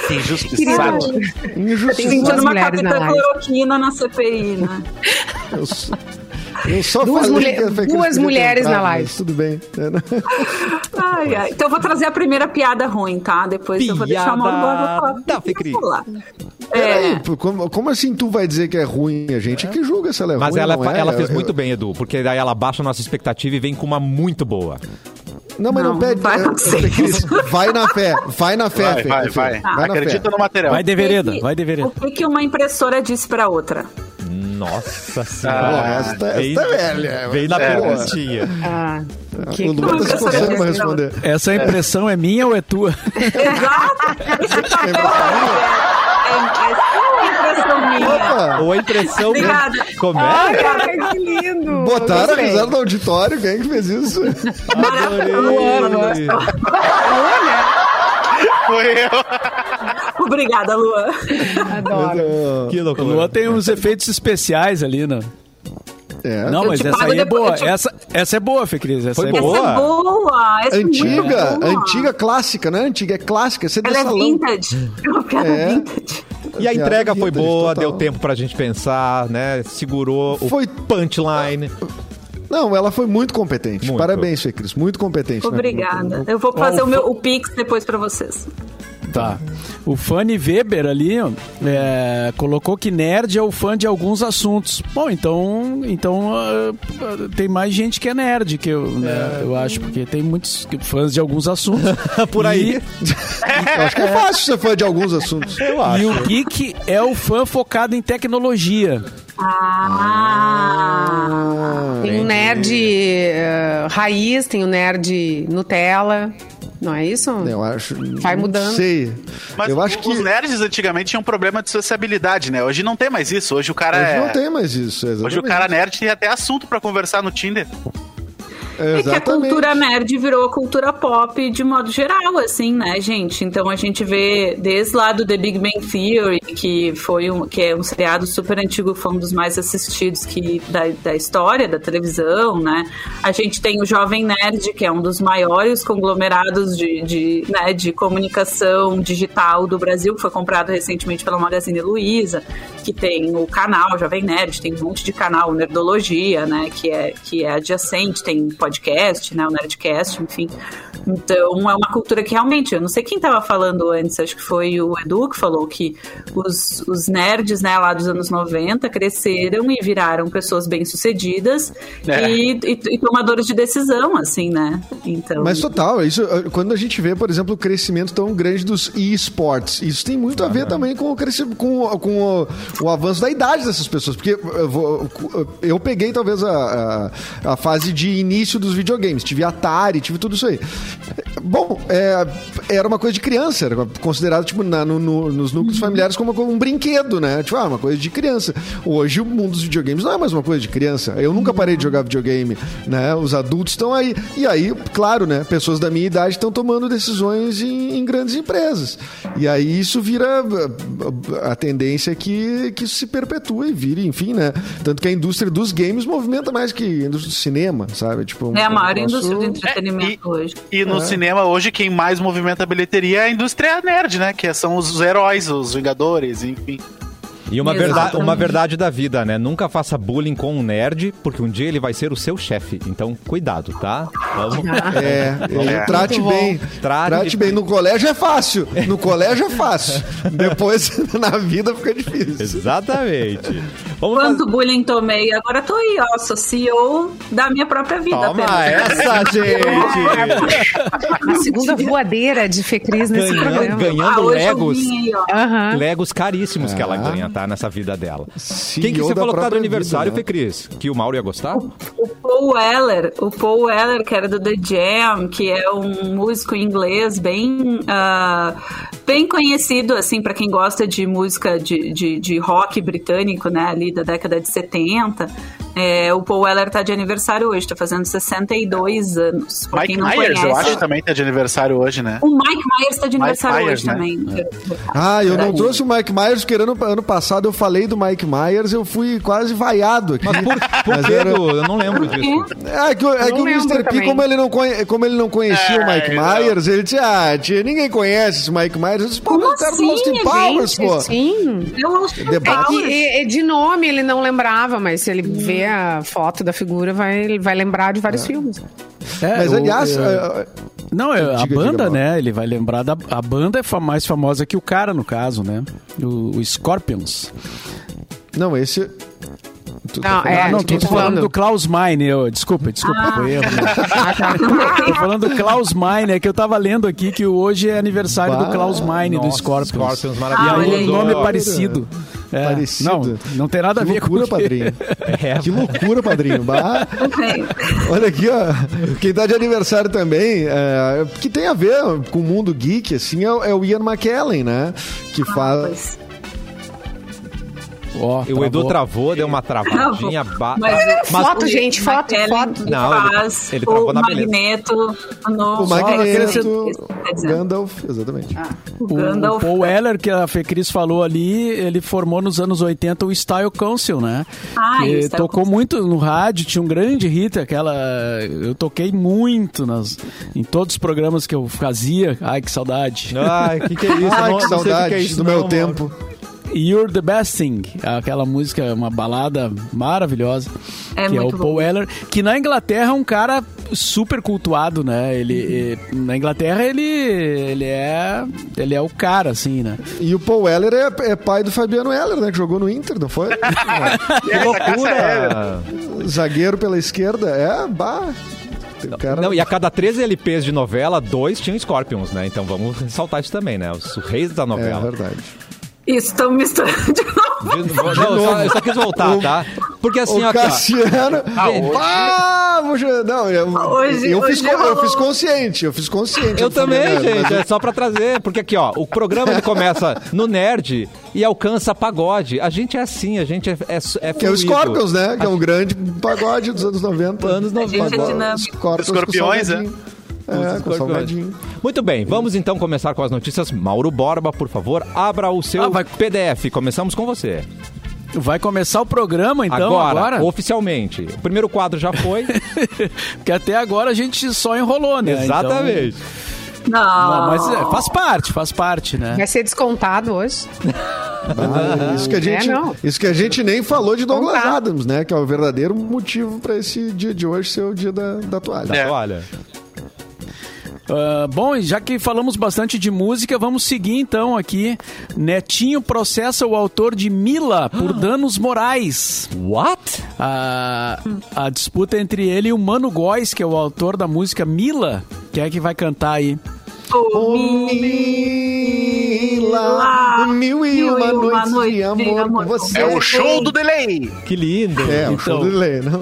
E: Injustiçado.
C: Sentindo
D: Duas
B: injustiçado.
C: uma
D: mulheres na
C: capitã
D: live.
C: cloroquina na CPI, né?
B: Eu, só- eu só
D: Duas
B: falei
D: mulher-
B: que é a Fê Cris
D: duas
B: podia ter
D: mulheres na
B: entrado,
D: live. É.
B: mas Tudo bem.
C: Ai, ai. Então eu vou trazer a primeira piada ruim, tá? Depois eu vou deixar a mão
A: Piada Tá, da Fecris.
C: É,
B: Peraí, como, como assim tu vai dizer que é ruim? A gente que julga se ela é
A: Mas
B: ruim.
A: ela,
B: não é.
A: ela fez
B: Eu-
A: muito bem, Edu, porque daí ela baixa a nossa expectativa e vem com uma muito boa.
B: Não, mas não,
C: Não,
B: pede.
C: vai
B: eh, Fê
C: acontecer.
B: Cris, Vai na fé, vai na fé,
E: Vai,
B: Fê.
E: vai,
B: Fê,
E: vai.
B: na
E: Acredita
B: fé.
E: no material.
F: Tá. Vai de vereda,
C: o que que-
F: vai de vereda.
C: O que, que uma impressora disse pra outra?
A: Nossa
B: Pô,
A: senhora.
B: esta, esta Ah, é velha.
A: Vem na
E: É.
A: perguntinha.
D: Ah, que- é
B: O Luan tá se coçando pra responder.
F: Essa impressão é minha ou é tua?
C: Exato! Esse papel é, é, é, é impressão minha.
D: Ah,
B: Opa!
A: Ou a impressão.
C: Obrigada.
A: Como
D: Ai,
A: é?
D: cara, que lindo!
B: Botaram a
D: Gostei.
B: risada no auditório, quem é que fez isso?
C: Ah,
A: Adorei.
E: Foi eu.
C: Obrigada, Luan.
D: Adoro.
A: Que
F: O
A: loucura.
F: Luan tem uns efeitos especiais ali, né?
B: É.
F: Não,
C: Eu
F: mas
C: te
F: essa
C: pago
F: aí é
C: depois,
F: boa.
C: eu te-
F: Essa, essa é boa, Fê Cris. Essa
A: Foi
F: é
A: boa.
C: Essa é boa. Essa é muito
B: Antiga,
C: boa.
B: antiga clássica, não é antiga, é clássica, essa é de
C: Ela é
B: salão.
C: vintage. É uma piada
B: É.
C: vintage.
A: E a entrega foi
B: Vintage,
A: boa,
B: total.
A: deu tempo pra gente pensar, né? Segurou
B: Foi-
A: o punchline.
B: Não, ela foi muito competente.
A: Muito.
B: Parabéns, Fê Cris, muito competente. né?
C: Obrigada. Eu vou fazer o meu o Pix depois pra vocês.
F: Tá. O Fanny Weber ali ó, é, colocou que nerd é o fã de alguns assuntos. Bom, então, então ah, ah, tem mais gente que é nerd, que eu, né, eu acho, porque tem muitos fãs de alguns assuntos.
A: Por aí.
B: Eu acho que é fácil ser fã de alguns assuntos.
A: Eu
F: E, e
A: acho.
F: o geek é o fã focado em tecnologia.
C: Ah!
D: Tem o nerd eh, raiz, tem o nerd Nutella. Não é isso?
B: Eu acho.
D: Vai mudando.
B: Não sei.
E: Mas
B: eu acho que.
E: os
B: Hoje
E: nerds antigamente tinham um problema de sociabilidade, né? Hoje não tem mais isso. Hoje o cara é...
B: não tem mais isso. Exatamente.
E: Hoje o cara nerd tem até assunto pra conversar no Tinder.
C: É que a
B: Exatamente.
C: cultura nerd virou a cultura pop de modo geral, assim, né, gente? Então a gente vê desde lá do The Big Bang Theory, que foi um, que é um seriado super antigo, foi um dos mais assistidos que, da, da história, da televisão, né? A gente tem o Jovem Nerd, que é um dos maiores conglomerados de, de, né, de comunicação digital do Brasil, que foi comprado recentemente pela Magazine Luiza, que tem o canal Jovem Nerd, tem um monte de canal Nerdologia, né? Que é, que é adjacente, tem podcast podcast, né? O Nerdcast, enfim. Então, é uma cultura que realmente, eu não sei quem estava falando antes, acho que foi o Edu que falou que os, os nerds, né, lá dos anos 90, cresceram e viraram pessoas bem-sucedidas
E: É.
C: e, e, e tomadores de decisão, assim, né? Então,
B: Mas total, isso eh, quando a gente vê, por exemplo, o crescimento tão grande dos e-sports, isso tem muito a ver também com o, cresci- com, o- com o, o avanço da idade dessas pessoas. Porque eu, vou- eu peguei talvez a, a, a fase de início dos videogames, tive Atari, tive tudo isso aí. Bom, é, era uma coisa de criança, era considerado tipo, na- no- no- nos núcleos familiares como uma- um brinquedo, né? Tipo, ah, uma coisa de criança. Hoje o mundo dos videogames não é mais uma coisa de criança. Eu nunca parei de jogar videogame, né? Os adultos estão aí. E aí, claro, né? Pessoas da minha idade estão tomando decisões em, em grandes empresas. E aí isso vira uh, a tendência é que, que isso se perpetua e vire, enfim, né? Tanto que a indústria dos games movimenta mais que a indústria do cinema, sabe? Tipo, um-
C: é a maior
B: um negócio-
C: indústria do
E: É,
C: entretenimento hoje.
E: E no cinema hoje, quem mais movimenta a bilheteria é a indústria nerd, né? Que são os heróis, os Vingadores, enfim.
A: E uma verdade,
C: Exatamente.
A: uma verdade da vida, né? Nunca faça bullying com um nerd, porque um dia ele vai ser o seu chefe. Então, cuidado, tá? Vamos.
B: É,
E: É.
B: é, trate
F: Muito
B: bem.
A: Trate-
B: Trate, bem. No colégio é fácil. No colégio é fácil. Depois, na vida, fica difícil.
A: Exatamente. Vamos
C: Quanto bullying tomei, agora tô aí, ó, sou CEO da minha própria vida.
A: Toma
E: é.
C: apenas.
A: essa, gente!
D: A segunda voadeira de Fê Cris nesse
A: ganhando
D: programa.
A: ganhando
C: ah, hoje
A: Legos.
C: Eu vim aí, ó.
D: Aham.
A: Legos caríssimos que ela
B: Ah.
A: ganha, tá? Nessa vida dela.
B: CEO
A: Quem que você
B: da
A: falou que tá do
B: própria
A: aniversário,
B: vida, né?
A: Fê Cris? Que o Mauro ia gostar?
C: O Paul Weller, o Paul Weller, que era do The Jam, que é um músico inglês bem, ah, bem conhecido, assim, para quem gosta de música de, de, de rock britânico, né, ali da década de 70. É, o Paul Weller tá de aniversário hoje, tá fazendo 62 anos. Pra
E: Mike
C: quem não
E: Myers,
C: conhece,
E: eu acho, também tá de aniversário hoje, né?
C: O Mike Myers tá de
E: Mike
C: aniversário
E: Myers,
C: hoje
E: né?
C: também. É.
B: Ah, eu não
C: Verdade.
B: trouxe o Mike Myers, porque ano, ano passado eu falei do Mike Myers, eu fui quase vaiado aqui.
A: Mas por, por
B: Mas
A: que,
B: era-
A: Edu? Eu não lembro disso.
B: É que, o- é
D: Não
B: que o
D: lembro
B: Mr. P,
D: também.
B: como ele, não conhe- como ele não conhecia o Mike
E: É, não.
B: Myers, ele disse: Ah, tia, ninguém conhece esse Mike Myers. Eu disse: Pô,
C: Como
B: mas o cara do
C: assim,
B: Austin
C: gente?
B: Powers, pô.
D: Sim.
C: Eu acho que
B: Debate.
D: É que, é- é de nome ele não lembrava, mas se ele vê a foto da figura, vai, ele vai lembrar de vários filmes.
F: É,
B: Mas
F: eu-
B: aliás,
F: eu-
B: é-
F: Não, é, a
B: Diga,
F: banda,
B: diga, Mauro.
F: né? Ele vai lembrar da. A banda é fa- mais famosa que o cara, no caso, né? O, o Scorpions.
B: não, esse. Tu tá
D: Não,
B: falando-
D: é,
F: não,
D: tipo,
F: tô falando do Klaus Meine. Eu, desculpa, desculpa, foi erro. né? Tô falando do Klaus Meine, é que eu tava lendo aqui que hoje é aniversário do
B: Bah,
F: Klaus Meine, do
A: Nossa,
F: Scorpions.
A: Scorpions
F: E
A: maravilhoso.
C: olha
F: aí
C: aí.
F: o nome é parecido. É,
B: Parecido.
F: Não, não tem nada a
B: Que
F: ver
B: loucura,
F: com o que-
B: padrinho.
A: É,
B: Que loucura, padrinho. Bah.
C: Bem,
B: Olha aqui, ó. Quem tá de aniversário também, é, que tem a ver com o mundo geek, assim, é, o- é o Ian McKellen, né? Que faz.
C: mas-
F: Ó, tá
A: o Edu
F: travou.
A: travou, deu uma travadinha. ba-
C: tá
A: Ah,
C: Mas, é
A: Mas-
D: foto, gente, foto,
C: Ellen
D: foto.
A: Não, ele-
C: faz
A: ele travou
C: o
A: na beleza.
C: Magneto, o novo. É
B: O
C: Magneto,
B: Magneto, o Gandalf, exatamente.
C: o
F: O, o
C: Gandalf.
F: Paul Weller, que a Fê Cris falou ali, ele formou nos anos 80 o Style Council, né?
C: Ah, e o
F: Que
C: Style
F: tocou muito no rádio, tinha um grande hit, aquela. Eu toquei muito nas, em todos os programas que eu fazia. Ai, que saudade.
A: Ai, que que é isso?
B: Ai,
A: Não- não
B: que
A: sei o
B: saudade
A: que é isso,
B: do
A: não,
B: meu
A: Mauro.
B: tempo.
F: You're the Best Thing, aquela música, uma balada maravilhosa,
C: É
F: que é o
C: muito
F: Paul
C: bom.
F: Weller, que na Inglaterra é um cara super cultuado, né? Ele eh,
C: Uhum.
F: na Inglaterra ele ele é ele é o cara assim, né?
B: E o Paul Weller é, é pai do Fabiano Weller, né? Que jogou no Inter, não foi?
A: Que
E: tá
A: loucura!
B: Zagueiro pela esquerda. É, bah. O cara-
A: Não, e a cada 13 LPs de novela, dois tinham Scorpions, né? Então vamos ressaltar isso também, né? Os reis da
B: É
A: novela.
B: verdade.
C: Isso, estamos misturando de novo.
A: De- não, eu só, eu só quis voltar,
B: O-
A: tá? Porque assim, ó,
B: o
A: aqui, ó,
B: Cassiano.
A: hoje-
B: Ah, hoje... Não, eu,
C: Hoje-
B: eu, fiz,
C: hoje
B: co- eu
C: rolou.
B: fiz consciente, eu fiz consciente.
A: Eu
B: do
A: também,
B: Fabiano Weller,
A: gente.
B: mas-
A: É só pra trazer. Porque aqui, ó, o programa ele começa no nerd e alcança pagode. A gente é assim, a gente é, é, é
B: Que é
A: fluido.
B: o Scorpions, né? Que é um grande pagode dos anos 90.
A: Anos 90.
C: A gente é dinâmico.
B: Scorpions com
E: Escorpiões,
B: salgadinho. É, com
A: Scorpions.
B: salgadinho.
A: Muito bem, vamos então começar com as notícias. Mauro Borba, por favor, abra o seu
F: Ah, vai-
A: PDF. Começamos com você.
F: Vai começar o programa então
A: agora,
F: agora?
A: oficialmente. O primeiro quadro já foi.
F: Porque até agora a gente só enrolou, né?
A: Exatamente.
C: Não.
F: Então- Não, mas é, faz parte, faz parte, né?
D: Vai ser descontado hoje.
B: Ah, isso, que a gente,
D: É, não.
B: isso que a gente nem falou de Douglas
D: Então tá.
B: Adams, né? Que é o verdadeiro motivo pra esse dia de hoje ser o dia da, da toalha.
E: É.
A: Olha.
F: Ah, bom, e já que falamos bastante de música, vamos seguir então aqui. Netinho processa o autor de Mila por danos morais.
A: Ah. What?
F: A, a disputa é entre ele e o Mano Góes, que é o autor da música Mila. Quem é que vai cantar aí?
C: Ô,
B: Mila, mil e uma noites de amor com você.
E: É o show do delay.
A: Que lindo.
B: É, o show né? do Lê, não?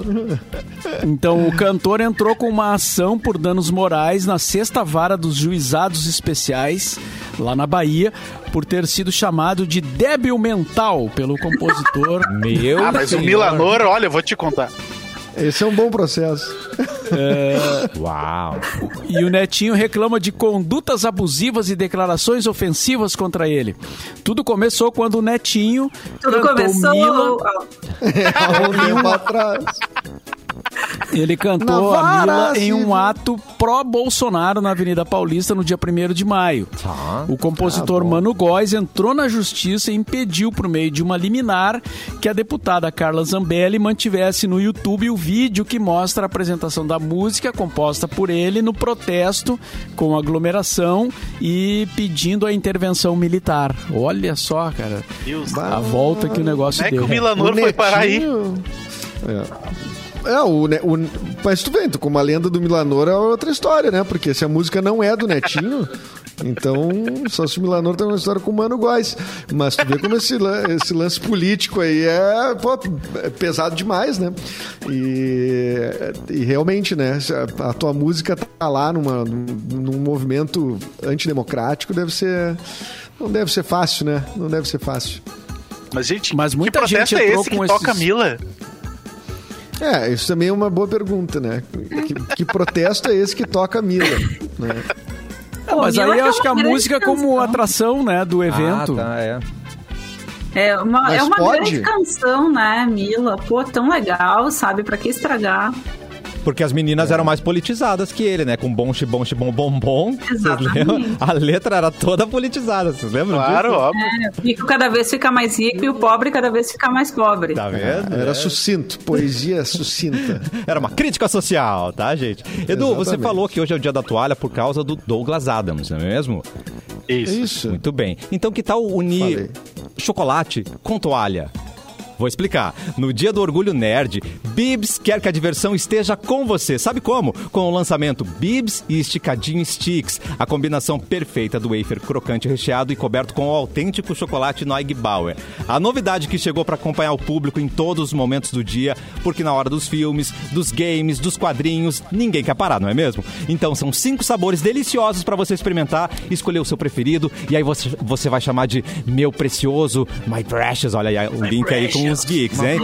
F: Então, o cantor entrou com uma ação por danos morais na sexta vara dos juizados especiais, lá na Bahia, por ter sido chamado de débil mental pelo compositor.
A: Meu
E: Ah, mas o
A: senhor.
E: Milanor, olha, eu vou te contar.
B: Esse é um bom processo.
A: Uau.
F: E o Netinho reclama de condutas abusivas e declarações ofensivas contra ele. Tudo começou quando o Netinho
C: Tudo
F: cantou
C: começou. Ah,
F: Mila.
C: ó,
B: Há um tempo atrás.
F: Ele cantou
B: Na
F: a
B: vara
F: Mila em um
B: civil.
F: ato pró-Bolsonaro na Avenida Paulista no dia 1 de maio.
A: Tá,
F: o compositor Mano Góes entrou na justiça e impediu, por meio de uma liminar, que a deputada Carla Zambelli mantivesse no YouTube o vídeo que mostra a apresentação da música composta por ele no protesto com aglomeração e pedindo a intervenção militar. Olha só, cara,
E: Deus.
F: a volta que o negócio
E: Como é que
F: deu.
E: o Milanor foi parar aí?
B: É, o, Ne- o, mas tu vê, tu, como a lenda do Milanor é outra história, né? Porque se a música não é do Netinho, então só se o Milanor tem uma história com o Mano Góes. Mas tu vê como esse, lan- esse lance político aí é, pô, é pesado demais, né? E, e realmente, né? se a- A tua música tá lá numa, num, num movimento antidemocrático, deve ser. Não deve ser fácil, né? Não deve ser fácil.
E: Mas, gente,
F: Mas muita
E: que protesto
F: gente
E: é
F: entrou
E: esse que
F: com
E: toca
F: esses-
E: Mila?
B: É, isso também é uma boa pergunta, né? Que, que protesto é esse que toca Mila? né?
F: Ah, mas
C: Pô, Mila
F: aí
C: é
F: eu acho
C: uma
F: que a
C: grande
F: música como
C: canção.
F: atração, né, do evento.
A: Ah, tá, é.
C: É uma,
B: Mas
C: é uma
B: pode?
C: grande canção, né, Mila? Pô, tão legal, sabe? Pra que estragar?
A: Porque as
B: É.
A: meninas eram mais politizadas que ele, né? Com bom, bom, bom, bom, bom. Vocês
C: Exatamente.
A: lembram? A letra era toda politizada, vocês lembram
E: Claro,
A: disso?
E: óbvio.
C: O né? rico cada vez fica mais rico e o pobre cada vez fica mais pobre.
A: Tá vendo?
E: né?
B: Era
A: É.
B: sucinto, poesia sucinta.
A: Era uma crítica social, tá, gente? Edu, você
B: Exatamente.
A: falou que hoje é o dia da toalha por causa do Douglas Adams, não é mesmo?
B: É
E: Isso.
B: isso.
A: Muito bem. Então, que tal unir
B: Falei.
A: chocolate com toalha? Vou explicar. No Dia do Orgulho Nerd, Bibs quer que a diversão esteja com você. Sabe como? Com o lançamento Bibs e Esticadinho Sticks, a combinação perfeita do wafer crocante recheado e coberto com o autêntico chocolate Noig Bauer. A novidade que chegou para acompanhar o público em todos os momentos do dia, porque na hora dos filmes, dos games, dos quadrinhos, ninguém quer parar, não é mesmo? Então são cinco sabores deliciosos para você experimentar, escolher o seu preferido e aí você, você vai chamar de meu precioso, my precious. Olha aí o link aí com os geeks, hein?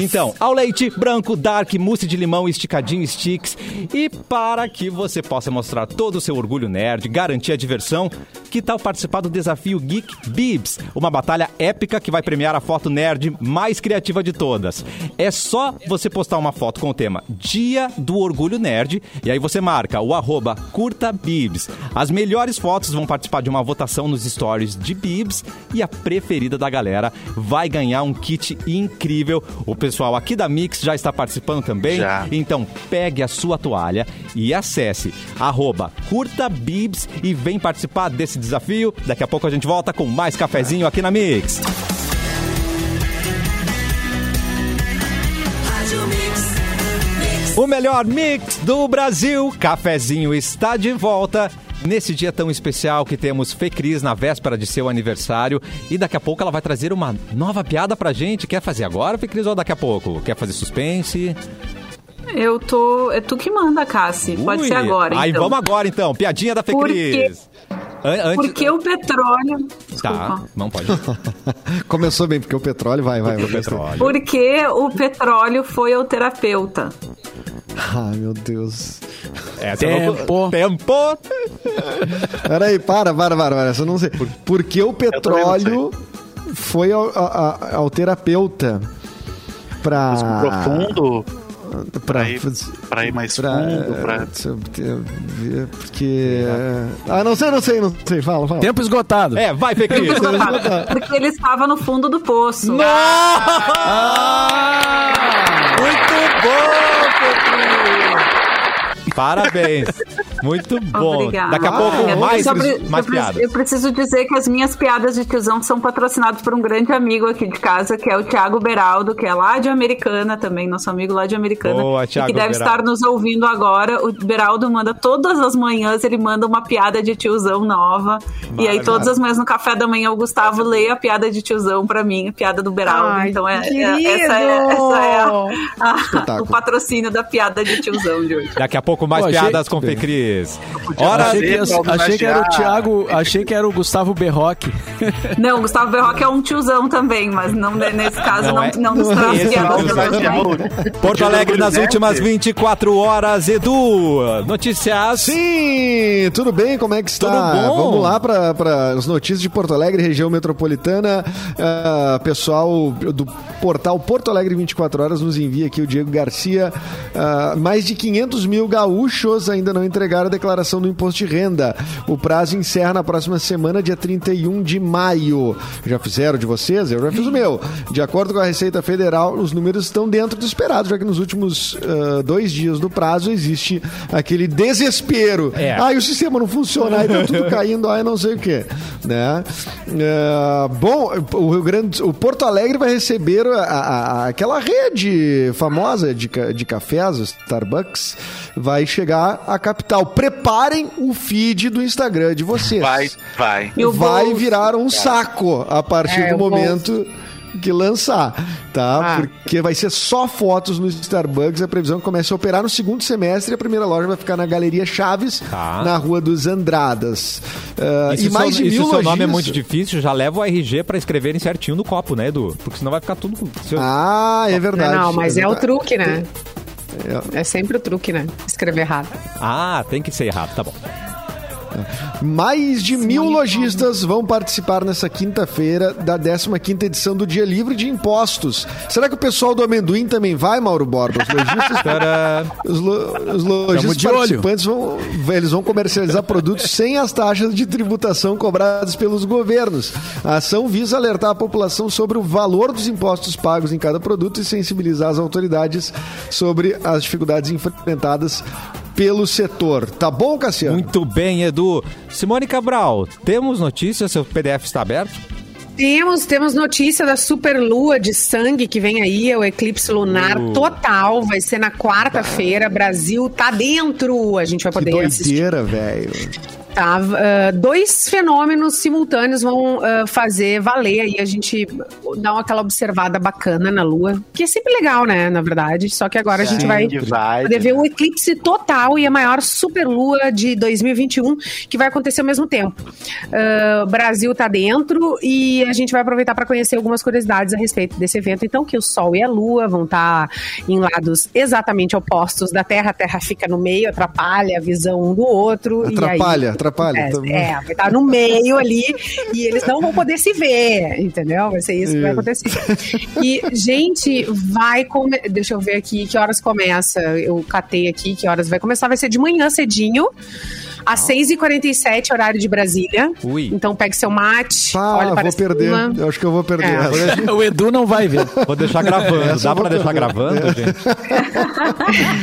A: Então, ao leite branco, dark, mousse de limão, esticadinho, sticks e para que você possa mostrar todo o seu orgulho nerd, garantir a diversão, que tal participar do desafio Geek Bibs, uma batalha épica que vai premiar a foto nerd mais criativa de todas. É só você postar uma foto com o tema Dia do Orgulho Nerd e aí você marca o arroba curta Bibs. As melhores fotos vão participar de uma votação nos stories de Bibs e a preferida da galera vai ganhar um kit incrível. O pessoal aqui da Mix já está participando também.
E: Já.
A: Então pegue a sua toalha e acesse arroba curta Bibs e vem participar desse desafio. Daqui a pouco a gente volta com mais cafezinho aqui na Mix. O melhor mix do Brasil, Cafezinho está de volta. Nesse dia tão especial que temos Fê Cris na véspera de seu aniversário e daqui a pouco ela vai trazer uma nova piada pra gente. Quer fazer agora, Fê Cris, ou daqui a pouco? Quer fazer suspense?
C: Eu tô. É tu que manda, Cassi. Pode
A: Ui.
C: ser agora.
A: Aí
C: então.
A: vamos agora então, piadinha da Fê
C: Por
A: Cris. An- antes-
C: Porque o petróleo.
A: né? Tá,
C: Desculpa.
A: não pode.
B: Começou bem, porque o petróleo vai, vai. vai.
A: Petróleo.
C: Porque o petróleo foi ao terapeuta.
B: Ai, meu Deus.
A: Essa eu É, não-
F: Tempo.
A: Tempo.
B: Peraí, para, para, para, para. Essa eu não sei. Porque o petróleo foi ao, a- a- ao terapeuta pra...
A: Ah.
E: Profundo. Pra ir- pra ir mais fundo, pra-
B: deixa eu ver, Porque. Ah, não sei, não sei, não sei. Fala, fala.
F: Tempo esgotado.
A: É, vai, Fê Cris.
C: Ah! Porque ele estava no fundo do poço.
A: Parabéns. Muito bom.
C: Obrigada.
A: Daqui a pouco,
C: Ah, Eu
A: mais,
C: só pre-
A: mais
C: eu pre-
A: piadas.
C: Eu preciso dizer que as minhas piadas de tiozão são patrocinadas por um grande amigo aqui de casa, que é o Thiago Beraldo, que é lá de Americana também, nosso amigo lá de Americana.
A: Boa,
C: e
A: Thiago
C: que deve
A: Beraldo.
C: estar nos ouvindo agora. O Beraldo manda todas as manhãs, ele manda uma piada de tiozão nova. E aí todas as manhãs no café da manhã o Gustavo lê a piada de tiozão pra mim, a piada do Beraldo.
D: Ai,
C: então é, é-
D: querido!
C: essa é, essa é a- a-
B: Espetáculo.
C: o patrocínio da piada de tiozão de hoje.
A: Daqui a pouco, mais
F: Pô, achei-
A: piadas com Fê Cris. Hora
F: achei, que,
E: Prazer,
F: achei
E: homenagear.
F: que era o Thiago, achei que era o Gustavo Berroque.
C: Não, o Gustavo Berroque é um tiozão também, mas não, né, nesse caso
A: Não
C: não, não,
A: é-
C: nos traz
A: esse
C: piadas
A: não,
C: de
B: é
A: mas
C: tiozão.
A: Porto Alegre nas últimas 24 horas. Edu, notícias.
B: Sim, tudo bem? Como é que está?
A: Tudo bom?
B: Vamos lá para as notícias de Porto Alegre, região metropolitana. Ah, pessoal do portal Porto Alegre 24 Horas nos envia aqui o Diego Garcia. Ah, mais de 500 mil gaúchos ainda não entregaram a declaração do imposto de renda. O prazo encerra na próxima semana, dia 31 de maio. Já fizeram de vocês? Eu já fiz o meu. De acordo com a Receita Federal, os números estão dentro do esperado, já que nos últimos ah, dois dias do prazo existe aquele desespero.
A: É.
B: Ah, e o sistema não funciona, aí tá tudo caindo, aí não sei o quê. Né? É, bom, o Rio Grande, o Porto Alegre vai receber a- a- a- aquela rede famosa de, ca- de cafés, os Starbucks, vai chegar à capital. Preparem o feed do Instagram de vocês.
E: Vai, vai.
C: E o
B: vai
C: bolso?
B: virar um saco a partir
D: É,
B: do
D: o bolso.
B: momento que lançar, tá?
D: Ah.
B: Porque vai ser só fotos no Starbucks. A previsão é que começa a operar no segundo semestre. A primeira loja vai ficar na Galeria Chaves,
A: Tá.
B: na Rua dos Andradas. Ah,
A: Isso
B: e mais
A: seu,
B: de
A: e se
B: mil
A: o seu nome é
B: lojinhas-
A: muito difícil, já leva o RG pra escreverem certinho no copo, né, Edu? Porque senão vai ficar tudo. se eu-
B: Ah, é verdade.
D: Não, mas é o
B: verdade.
D: truque, né? É sempre o truque, né? Escrever errado.
A: Ah, tem que ser errado, tá bom.
B: Mais de mil lojistas vão participar nessa quinta-feira da 15ª edição do Dia Livre de Impostos. Será que o pessoal do amendoim também vai, Mauro Borba? Os lojistas
A: Tcharam.
B: Os, lo- os
F: Tamo
B: lojistas
F: de olho.
B: participantes vão, eles vão comercializar produtos sem as taxas de tributação cobradas pelos governos. A ação visa alertar a população sobre o valor dos impostos pagos em cada produto e sensibilizar as autoridades sobre as dificuldades enfrentadas pelo setor. Tá bom, Cassiano?
A: Muito bem, Edu. Simone Cabral, temos notícias? Seu PDF está aberto?
D: Temos, temos notícia da superlua de sangue que vem aí, é o eclipse lunar
A: Uh.
D: total, vai ser na quarta-feira, Brasil tá dentro, a gente vai
B: que
D: poder assistir.
B: doideira, velho.
D: Tá, Ah, dois fenômenos simultâneos vão ah, fazer valer aí a gente dar uma- aquela observada bacana na Lua, que é sempre legal, né, na verdade, só que agora a gente vai
E: Que vai.
D: poder ver o eclipse total e a maior superlua de 2021 que vai acontecer ao mesmo tempo. Ah, o Brasil tá dentro e a gente vai aproveitar para conhecer algumas curiosidades a respeito desse evento. Então, que o Sol e a Lua vão estar em lados exatamente opostos da Terra. A Terra fica no meio, atrapalha a visão um do outro. e
B: Atrapalha,
D: aí,
B: atrapalha.
D: acontece. É, vai estar no meio ali e eles não vão poder se ver, entendeu? Vai ser isso que vai
B: É.
D: acontecer. E, gente, vai. Come... Deixa eu ver aqui que horas começa. Eu catei aqui que horas vai começar. Vai ser de manhã cedinho, às 6h47, horário de Brasília.
A: Ui.
D: Então pegue seu mate,
B: Ah,
D: olha para
B: vou perder.
D: cima.
B: Eu acho que eu vou perder.
D: É.
B: essa.
F: o Edu não vai ver.
A: Vou deixar gravando.
B: Essa
A: Dá
B: eu vou
A: pra deixar
B: pegar.
A: gravando, gente?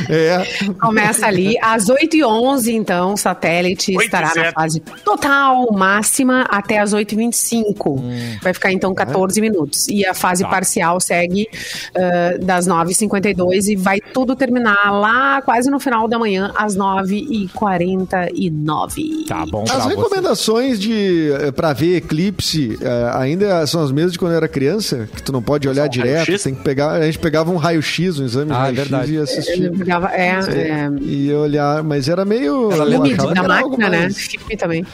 B: É.
D: Começa ali às 8h11, então, o satélite
E: Oito e
D: estará na
E: zero.
D: fase total máxima até às 8h25.
A: Hum.
D: Vai ficar, então,
A: É?
D: 14 minutos. E a fase
A: Tá.
D: parcial segue ah, das 9h52 e vai tudo terminar lá quase no final da manhã, às 9h49.
A: Tá bom pra
B: As
A: você.
B: recomendações de para ver eclipse eh, ainda são as mesmas de quando eu era criança, que tu não pode olhar direto,
E: raio-x?
B: tem que pegar, a gente pegava um raio-x, um exame
A: um Ah, é
B: de raio-x
A: verdade.
B: e
D: Eu
B: assistia
D: pegava- É, é,
B: e olhar, mas era meio
A: Era
B: eu
A: lenda
D: filme
B: achava
D: da
B: que era algo
D: máquina, né?
B: mais-
D: Filme também.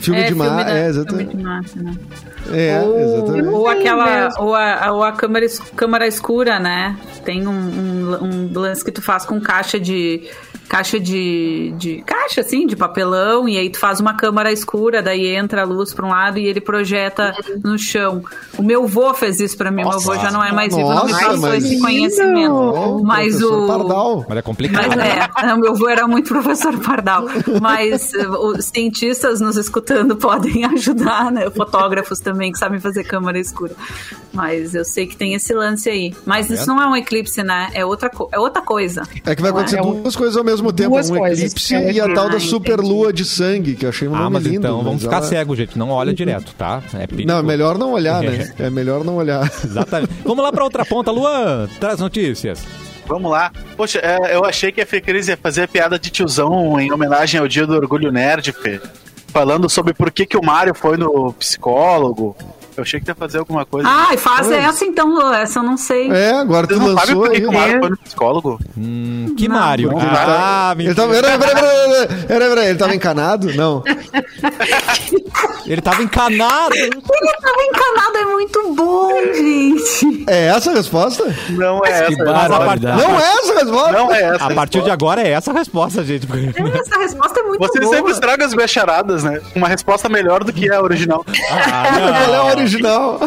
B: Filme de
C: filme
B: mar,
C: da-
B: é,
C: filme
B: exatamente.
C: de massa, né?
B: É, exatamente.
C: Ou aquela, ou a, ou a câmera, es- câmara escura, né? Tem um, um, um lance que tu faz com caixa de. Caixa de, de. Caixa, assim, de papelão, e aí tu faz uma câmara escura, daí entra a luz pra um lado e ele projeta no chão. O meu avô fez isso pra mim, meu avô já não é mais vivo, não me
B: Nossa,
C: passou
B: mas-
C: esse conhecimento.
B: Ó,
C: mas
B: professor
C: o.
B: Pardal.
A: Mas é complicado.
C: Mas é, o meu avô era muito professor Pardal. Mas eh, os cientistas nos escutando podem ajudar, né? Fotógrafos também que sabem fazer câmera escura. Mas eu sei que tem esse lance aí. Mas isso não é um eclipse, né? É outra, co- é outra coisa.
B: É que vai
C: Não
B: acontecer
D: É um-
B: duas coisas ao mesmo tempo.
D: duas
B: Um
D: coisas.
B: eclipse
D: É,
B: e a tal da
C: entendi.
B: superlua de sangue, que eu achei um
A: Ah,
B: nome
A: mas
B: lindo.
A: então vamos
B: mas
A: ficar
B: ela-
A: cego, gente. Não olha direto, tá? É perigo.
B: Não, é melhor não olhar, né? É melhor não olhar.
A: Exatamente. Vamos lá pra outra ponta, Luan. Traz notícias.
E: Vamos lá. Poxa, é, eu achei que a Fê Cris ia fazer piada de tiozão em homenagem ao Dia do Orgulho Nerd, Fê. Falando sobre por que, que o Mário foi no psicólogo. Eu achei que ia fazer alguma coisa.
C: Ah, e faz essa então, Lu, essa eu não sei.
B: É, agora tu
E: Vocês não sabem é.
B: lançou
E: por que,
B: aí.
E: que o Mário
D: né?
E: foi no psicólogo?
A: Hum, que Mário?
E: não,
A: Ah,
B: Ele tá-
A: mentira.
B: tava, peraí, peraí, peraí, peraí, peraí, peraí, ele tava encanado? Não.
A: Ele tava encanado.
C: Ele tava encanado, é muito bom, gente.
B: É essa a resposta?
E: Não é essa.
A: Mas a, par-
F: barbaridade.
B: Não é essa a resposta?
E: Não é essa.
A: a partir de agora é essa a resposta, gente.
C: Essa resposta é muito
E: Vocês
C: boa.
E: sempre estragam as minhas charadas, né? Uma resposta melhor do que a original.
A: Ah,
B: Ela é a
A: não.
B: original.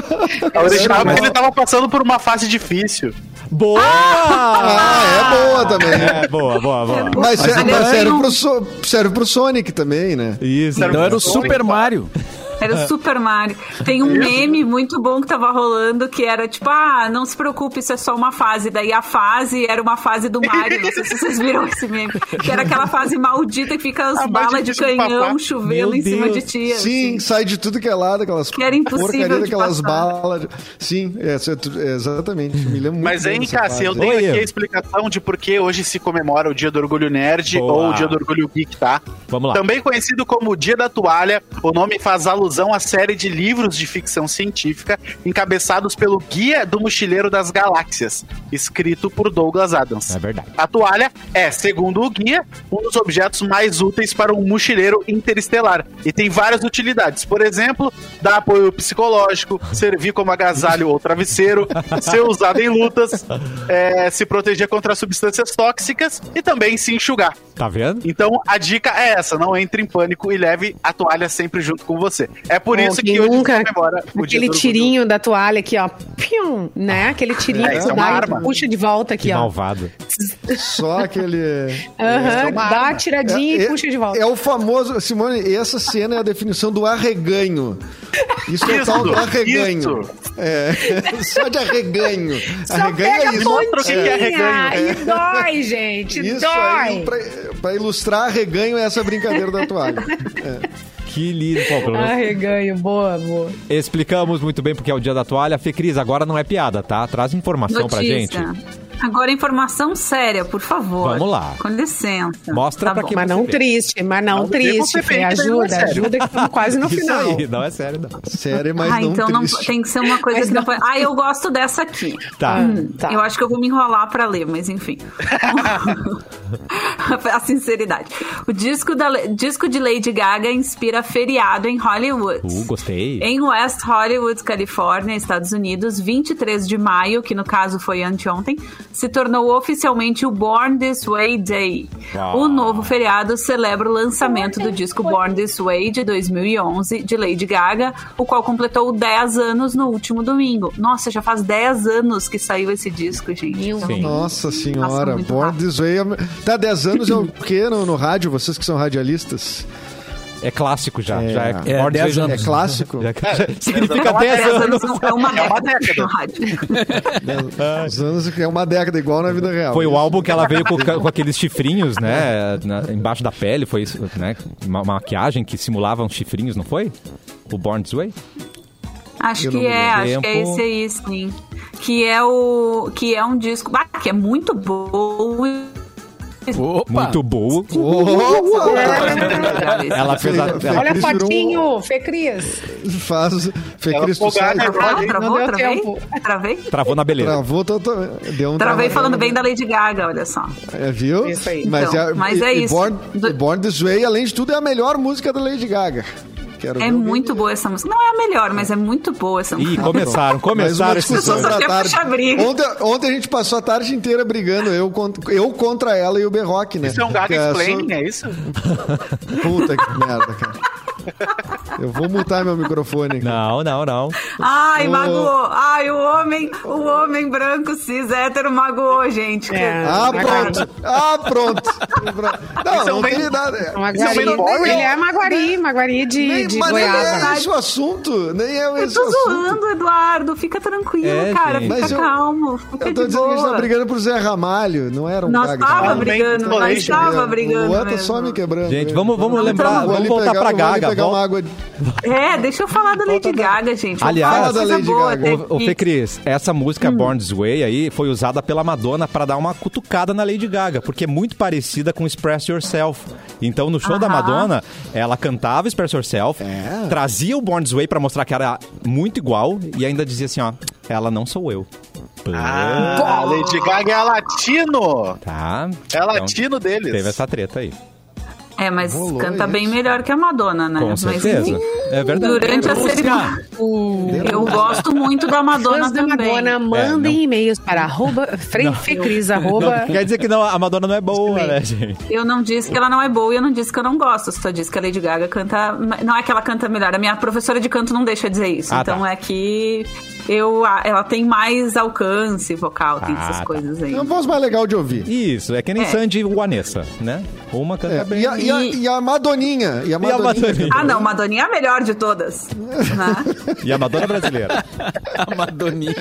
E: A original é porque ele tava passando por uma fase difícil.
A: Boa!
B: Ah, é boa também.
A: É, boa, boa, boa.
B: Mas, serve,
C: Aliás,
B: mas serve
C: não-
B: pro, So- serve pro Sonic também, né?
A: Isso.
F: Então era o Super Mario.
C: Era
A: É.
C: o Super Mario. Tem um meme muito bom que tava rolando que era tipo, ah, não se preocupe, isso é só uma fase. Daí a fase era uma fase do Mario. Não sei se vocês viram esse meme. Que era aquela fase maldita que fica as
E: Ah, mais
C: balas de
E: difícil de
C: canhão
E: papar.
C: chovendo
A: Meu
C: em cima
A: Deus.
C: de assim. tia.
B: Sim, sai de tudo que é lado, aquelas
C: Que era impossível de
B: daquelas
C: passar.
B: balas. Sim, essa é tu- é, exatamente. Me lembro muito
E: Mas,
B: bem
E: hein,
B: dessa
E: Cássio, eu
B: fase.
E: tenho
A: Oi,
E: aqui
A: eu.
E: a explicação de por que hoje se comemora o Dia do Orgulho Nerd
A: Boa.
E: ou o Dia do Orgulho Geek, tá?
A: Vamos lá.
E: Também conhecido como Dia da Toalha, o nome faz alusão à série de livros de ficção científica encabeçados pelo Guia do Mochileiro das Galáxias, escrito por Douglas Adams.
A: É verdade.
E: A toalha é, segundo o guia, um dos objetos mais úteis para um mochileiro interestelar e tem várias utilidades. Por exemplo, dar apoio psicológico, servir como agasalho ou travesseiro, ser usado em lutas, é, se proteger contra substâncias tóxicas e também se enxugar.
A: Tá vendo?
E: Então a dica é essa: não entre em pânico e leve a toalha sempre junto com você. É por
D: Bom,
E: isso
D: quem
E: que hoje
D: nunca-
E: se comemora o Dia
D: Aquele
E: do Orgulho.
D: tirinho da toalha aqui, ó. Pium, né? Aquele tirinho
E: É,
D: que
E: isso é
D: tu
E: uma
D: dá e
E: arma.
D: tu puxa de volta
A: Ah. Que
D: aqui, ó.
A: malvado.
B: Só aquele.
D: Aham, dá uma tiradinha e
B: É-
D: puxa de volta.
B: É o famoso. Simone, essa cena é a definição do arreganho. Isso é o
E: Isso,
B: tal do arreganho.
E: isso.
B: É, só de arreganho. né?
D: Só pega a
E: Mostra o que que é
D: pontinha
E: arreganho.
D: e dói, gente,
B: Isso
D: dói.
B: aí, pra, pra ilustrar arreganho, é essa brincadeira da toalha.
A: Que lindo. Pô, pelo menos
D: Arreganho, boa, boa.
C: É.
A: explicamos muito bem porque é o dia da toalha. Fê Cris, agora não é piada, tá? Traz informação pra gente.
C: Notícia. Agora informação séria, por favor.
A: Vamos lá.
C: Com licença. Tá
A: Mostra pra
C: bom.
A: quem
D: Mas
A: você
D: não
A: vê.
D: triste, mas não,
E: Não,
D: triste,
E: você
D: Fê.
E: vê que daí não é
D: Ajuda,
E: sério.
D: ajuda que estamos quase no
A: Isso
D: final.
B: tá.
A: aí, não é sério, é não.
B: Sério, mas
C: ah,
B: não
C: então não,
B: triste.
C: tem que ser uma coisa que não pode. Ah, eu gosto dessa aqui.
A: Tá.
C: É.
D: Tá.
C: Eu acho que eu vou me enrolar pra ler, mas enfim. a sinceridade. O disco, da, disco de Lady Gaga inspira feriado em Hollywood.
A: Uh, gostei.
C: Em West Hollywood, Califórnia, Estados Unidos, 23 de maio, que no caso foi anteontem, se tornou oficialmente o Born This Way Day.
A: Uau.
E: Ah.
C: O novo feriado celebra o lançamento do disco Born This Way de 2011 de Lady Gaga, o qual completou 10 anos no último domingo. Nossa, já faz 10 anos que saiu esse disco, gente. Então,
A: Sim.
B: Nossa senhora,
C: muito
B: Born
C: rápido.
B: This Way. é- Tá 10 anos é o quê no, no rádio? Vocês que são radialistas.
A: É clássico já.
B: É.
A: já
F: É,
A: Born
F: 10
A: This Way-
B: É
F: anos.
B: clássico?
A: Já-
E: É
A: Significa
E: uma
A: 10
C: 10
A: anos.
C: anos não- é uma
E: É uma
C: década.
E: década.
C: no rádio.
B: 10 anos é uma década, igual na vida real.
A: Ah, Foi o álbum que ela veio com, ca- com aqueles chifrinhos, né? na- embaixo da pele, foi isso, né? Uma uma maquiagem que simulava uns chifrinhos, não foi? O Born This Way?
C: Acho
A: Eu não
C: que
A: me
C: é, acho que é
A: lembro.
C: esse aí, sim. Que é o. Que é um disco. Ah, que é muito bom.
F: Opa!
A: Muito boa.
C: É.
A: Ela fez a.
B: Fe-
A: ela-
D: Olha a
B: Cris virou- um-
D: fotinho, Fê Cris. é
B: Faz. Fê
E: Ela
B: Cristo sai.
E: empolgada, né?
C: Travou,
D: Não
C: travou,
D: deu
C: travei?
D: tempo.
C: Travei?
A: Travou na beleza.
B: Travou totalmente. Deu um
C: Travei
B: travadão.
C: falando bem da Lady Gaga, olha só.
B: É, viu?
D: Isso aí.
C: Então, mas é
B: e
C: isso.
B: Born,
C: Do-
B: e Born This Way, além de tudo, é a melhor música da Lady Gaga. Quero
C: É
B: ver o
C: muito boa essa música. Não é a melhor, mas é muito boa essa
A: Ih,
C: música.
A: começaram,
B: Mais uma
A: começaram esses
B: discussão
A: dois.
C: Só
B: pra
C: quer
B: tarde.
C: puxar briga.
B: Ontem, ontem a gente passou a tarde inteira brigando, eu contra, eu contra ela e o Berroque, né?
E: Isso é um gato
B: Que
E: explaining, é isso?
B: só- Puta que merda, cara. Eu vou mutar meu microfone. Não.
A: Não, não, não.
C: Ai, magoou. Ai, o homem, o homem branco, cis, hétero, magoou, gente.
D: É.
B: Ah,
D: Não,
B: pronto. Ah, pronto. Não,
E: Isso é um
B: não
E: bem-
B: tem nada.
D: Maguari.
E: Isso é um
D: Ele é Maguari, Maguari de,
B: Nem,
D: de
B: mas
D: Goiás. né?
B: nem é esse o assunto. Nem é
C: Eu
B: esse o
C: tô
B: assunto.
C: zoando, Eduardo. Fica tranquilo,
A: É,
C: cara.
A: gente.
B: Mas
C: Fica
B: eu-
C: calmo. Fica
B: Eu tô
C: de
B: dizendo que a gente
C: boa.
B: tá brigando pro Zé Ramalho. Não era um
C: Nós
B: gaga.
C: tava
E: Não, bem
C: brigando, nós
E: exploration,
C: tava
B: O
C: brigando.
B: Luan tá
C: mesmo.
B: só me quebrando.
A: Gente,
B: Eu-
A: vamos, vamos lembrar,
B: Vou
A: vamos
B: ali
A: voltar pra
B: pegar- eu vou ali
A: Gaga.
B: pegar
A: Vol-
B: uma água. de-
C: É, deixa eu falar da Lady
A: Volta da-
C: Gaga, gente. Vamos
A: Aliás,
C: falar de
B: Fala da
C: coisa
B: Lady
C: boa, né?
B: Gaga.
C: teve
A: Ô, ô
C: que-
A: Fê Cris, essa
C: Hum.
A: música Born This Way aí foi usada pela Madonna pra dar uma cutucada na Lady Gaga, porque é muito parecida com Express Yourself. Então, no show da
C: Aham.
A: Madonna, ela cantava Express Yourself,
B: É.
A: trazia o Born This Way pra mostrar que era muito igual e ainda dizia assim, ó, ela não sou eu.
E: Ah, a Lady Gaga é latino.
A: Tá?
E: É
A: Então,
E: latino deles.
A: Teve essa treta aí.
C: É, mas
B: Rolou
C: canta
B: isso.
C: bem melhor que a Madonna, né?
A: Com
C: Mas,
A: certeza. É verdade.
C: Durante a cerimônia. Eu gosto muito da Madonna
D: Tipo, Fãs da
C: também.
D: Madonna, mandem e-mails para arroba, frefecris, arroba...
A: Quer dizer que não, a Madonna não é boa, né, gente?
C: Eu não disse que ela não é boa e eu não disse que eu não gosto. Eu só disse que a Lady Gaga canta. Não é que ela canta melhor. A minha professora de canto não deixa eu dizer isso.
A: Ah,
C: então
A: tá.
C: é que eu, a- ela tem mais alcance vocal, tem
A: Ah,
C: essas
A: tá.
C: coisas aí.
B: É uma voz mais legal de ouvir.
A: Isso, é que nem
C: É.
A: Sandy e Vanessa, né? Uma canta
B: É,
A: bem.
B: e, a, e, a, e a Madoninha. E a
A: E a
B: Madoninha.
A: Madoninha.
C: Ah, não, Madoninha é a melhor de todas. né?
A: E a Madonna brasileira.
F: A Madoninha.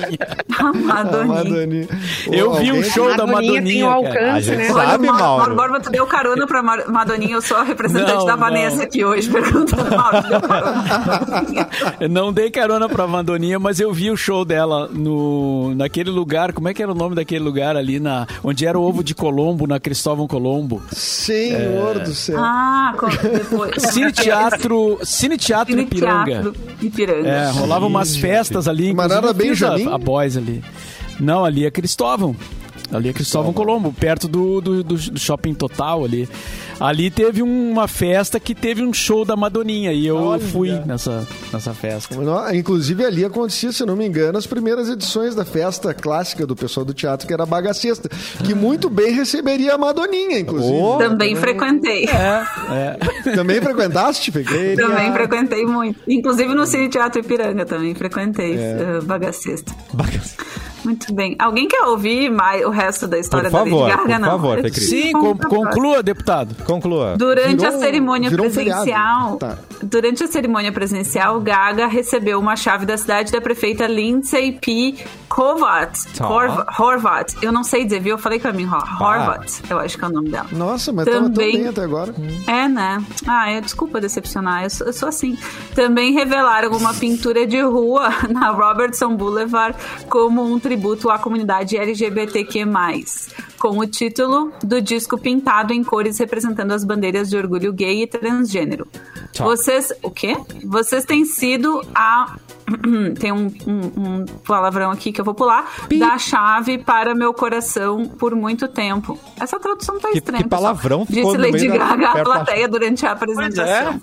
C: A
B: A
C: Madoninha.
B: Madoninha.
F: Eu
B: Ou
F: vi um
B: alguém-
D: é
F: show da
D: Madoninha tem
F: Madoninha.
D: um
F: cara.
A: A
D: alcance,
A: gente
D: né?
A: sabe.
C: Olha, Mauro,
A: Mauro?
C: Mauro Borba, tu deu carona pra Ma- Madoninha, eu sou a representante
F: Não,
C: da
F: não.
C: Vanessa aqui hoje, perguntando, Mauro, tu deu carona pra Madoninha?
F: Eu não dei carona pra Vandoninha, mas eu vi o show dela no, naquele lugar. Como é que era o nome daquele lugar ali? Na, onde era o ovo de Colombo, na Cristóvão Colombo.
B: Senhor do céu.
C: Ah, como depois.
F: Cine Teatro, Cine Teatro
C: Cine
F: Ipiranga.
C: Teatro Ipiranga.
F: É, rolava umas festas ali.
B: Mas
F: inclusive
B: era
F: eu fiz
B: Benjamin?
F: A, a boys ali. Não, ali é Cristóvão. Ali é Cristóvão Colombo, perto do, do, do- do shopping total ali. Ali teve uma festa que teve um show da Madoninha e eu fui nessa, nessa festa.
B: No- Inclusive ali acontecia, se não me engano, as primeiras edições da festa clássica do pessoal do teatro, que era a Bagacista, que muito bem receberia a Madoninha, inclusive.
C: Também frequentei.
B: Também frequentaste, Fê?
C: Também frequentei muito. Inclusive no Cine Teatro Ipiranga também frequentei eh, Bagacista. Muito bem. Alguém quer ouvir mais o resto da história
A: Por favor,
C: da Lady Gaga?
A: por
C: Não.
A: favor, Fê Cris.
F: Sim, con- conclua, deputado.
A: Conclua.
C: Durante
B: Virou
C: a
B: um-
C: cerimônia
B: virou um
C: presencial,
B: feriado. Tá.
C: durante a cerimônia presencial, Gaga recebeu uma chave da cidade da prefeita Lindsay P. Horvat.
A: Tá.
C: Horv- Horvat. Eu não sei dizer, viu? Eu falei pra mim, ó, Horvat. Eu acho que é o nome dela.
B: Nossa, mas tava tão
C: Também-
B: bem até agora.
C: É, né? Ah, eu, desculpa decepcionar, eu sou, eu sou assim. Também revelaram uma pintura de rua na Robertson Boulevard como um tributo à comunidade LGBTQ+, com o título do disco pintado em cores representando as bandeiras de orgulho gay e transgênero.
A: Tá.
C: Vocês... O quê? Vocês têm sido a... Tem um, um- um palavrão aqui que eu vou pular. Da chave para meu coração por muito tempo. Essa tradução tá
A: Que-
C: estranha.
A: que
C: pessoal.
A: palavrão ficou
C: Disse
A: no
C: Lady
A: meio da-
C: Gaga à
A: perto da-
C: plateia durante a apresentação.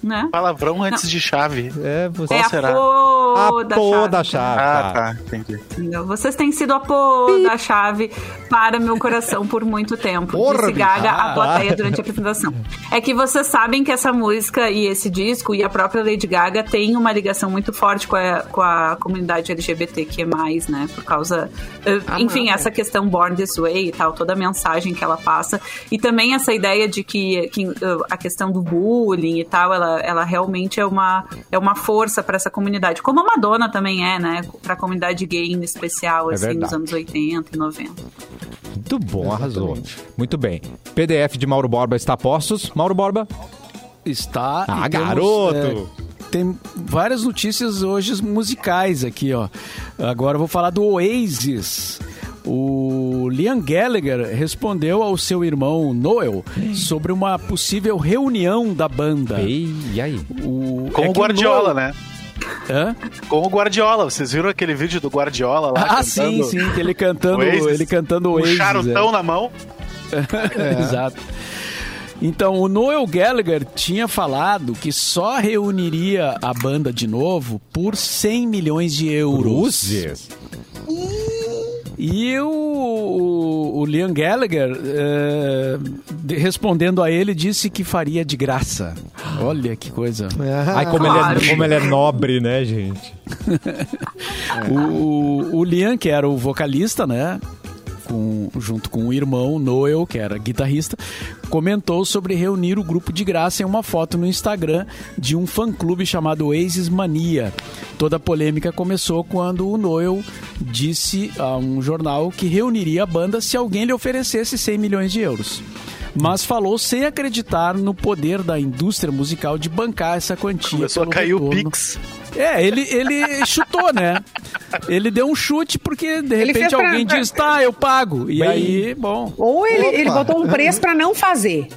C: Né?
A: Ah,
E: Palavrão antes de chave.
A: É, você...
C: É a
E: será?
C: pô
A: A
C: da
A: pô
C: chave.
A: da chave. tá.
E: Ah, tá, entendi.
F: É
C: entendeu? Vocês têm sido a pô da chave para meu coração por muito tempo.
B: Porra,
C: disse
B: bicho.
C: Gaga
A: Ah,
C: à plateia durante a apresentação. É que vocês sabem que essa música e esse disco e a própria Lady Gaga tem uma ligação muito forte com a, com a comunidade LGBT que é mais, né? Por causa. eh,
A: Ah,
C: enfim, essa questão Born This Way e tal, toda a mensagem que ela passa. E também essa ideia de que, que, eh, a questão do bullying e tal, ela, ela realmente é uma, é uma força para essa comunidade. Como a Madonna também é, né? Para a comunidade gay em especial,
A: É
C: assim, nos
A: verdade.
C: anos 80 e 90.
A: Muito bom, arrasou. Muito bem. PDF de Mauro Borba está a postos. Mauro Borba,
F: Está.
A: Ah,
F: e temos,
A: garoto!
F: é, tem várias notícias hoje musicais aqui, ó. Agora eu vou falar do Oasis. O Liam Gallagher respondeu ao seu irmão Noel sobre uma possível reunião da banda.
A: ei, e aí?
F: O,
E: Com
F: é
E: o
F: que Noel-
E: Guardiola, né?
F: Hã?
E: Com o Guardiola. Vocês viram aquele vídeo do Guardiola lá?
F: Ah,
E: cantando
F: sim, sim, que ele cantando, é.
E: Oasis? Um
F: ele cantando
E: Com
F: Oasis.
E: o charutão na mão.
F: é. Exato. Então, o Noel Gallagher tinha falado que só reuniria a banda de novo por 100 milhões de euros.
A: Cruzes.
F: E o, o, o Liam Gallagher, eh, de- respondendo a ele, disse que faria de graça. Olha que coisa.
A: Ai, como ele, é, como ele é nobre, né, gente?
F: O, o Liam, que era o vocalista, né? Com, junto com o irmão Noel, que era guitarrista, comentou sobre reunir o grupo de graça em uma foto no Instagram de um fã-clube chamado Oasis Mania. Toda a polêmica começou quando o Noel disse a um jornal que reuniria a banda se alguém lhe oferecesse 100 milhões de euros. Mas falou sem acreditar no poder da indústria musical de bancar essa quantia.
E: Começou a
F: pelo
E: cair o
F: retorno.
E: Pix.
F: É, ele, ele chutou, né? Ele deu um chute porque de
D: fez
F: repente
D: pra-
F: alguém diz, tá, eu pago. E
A: Bem-
F: aí, bom.
D: Ou ele,
B: Opa.
D: ele botou um preço pra não fazer.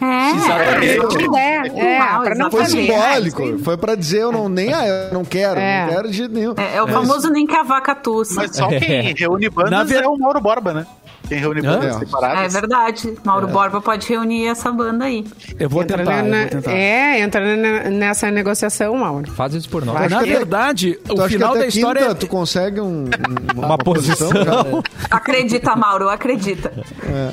D: Ah,
E: Exatamente.
D: Se puder, é,
C: Uau,
D: pra não
C: exatamente.
B: Foi
D: fazer.
B: simbólico. Foi pra dizer, eu não, nem, ah, eu não quero,
D: É.
B: não quero de jeito nenhum.
C: É, é o famoso nem cavar catuça.
E: Mas só quem reúne
F: É. Na
E: bandas
F: ver-
E: é o Mauro Borba, né? Quem reúne bandas
B: É.
C: É
E: separadas.
C: verdade. Mauro Borba pode reunir essa banda aí.
F: Eu vou
D: Entra
F: tentar,
D: na-
F: eu vou tentar.
D: É, entrando na- nessa negociação, Mauro.
A: Faz isso por nós.
B: Acho
F: Na
B: que até-
F: verdade,
B: Tu
F: o
B: acha que
F: final
B: até
F: da história
B: quinta
F: é-
B: tu consegue um- um- uma,
A: Uma posição.
B: já? né?
C: Acredita, Mauro, acredita.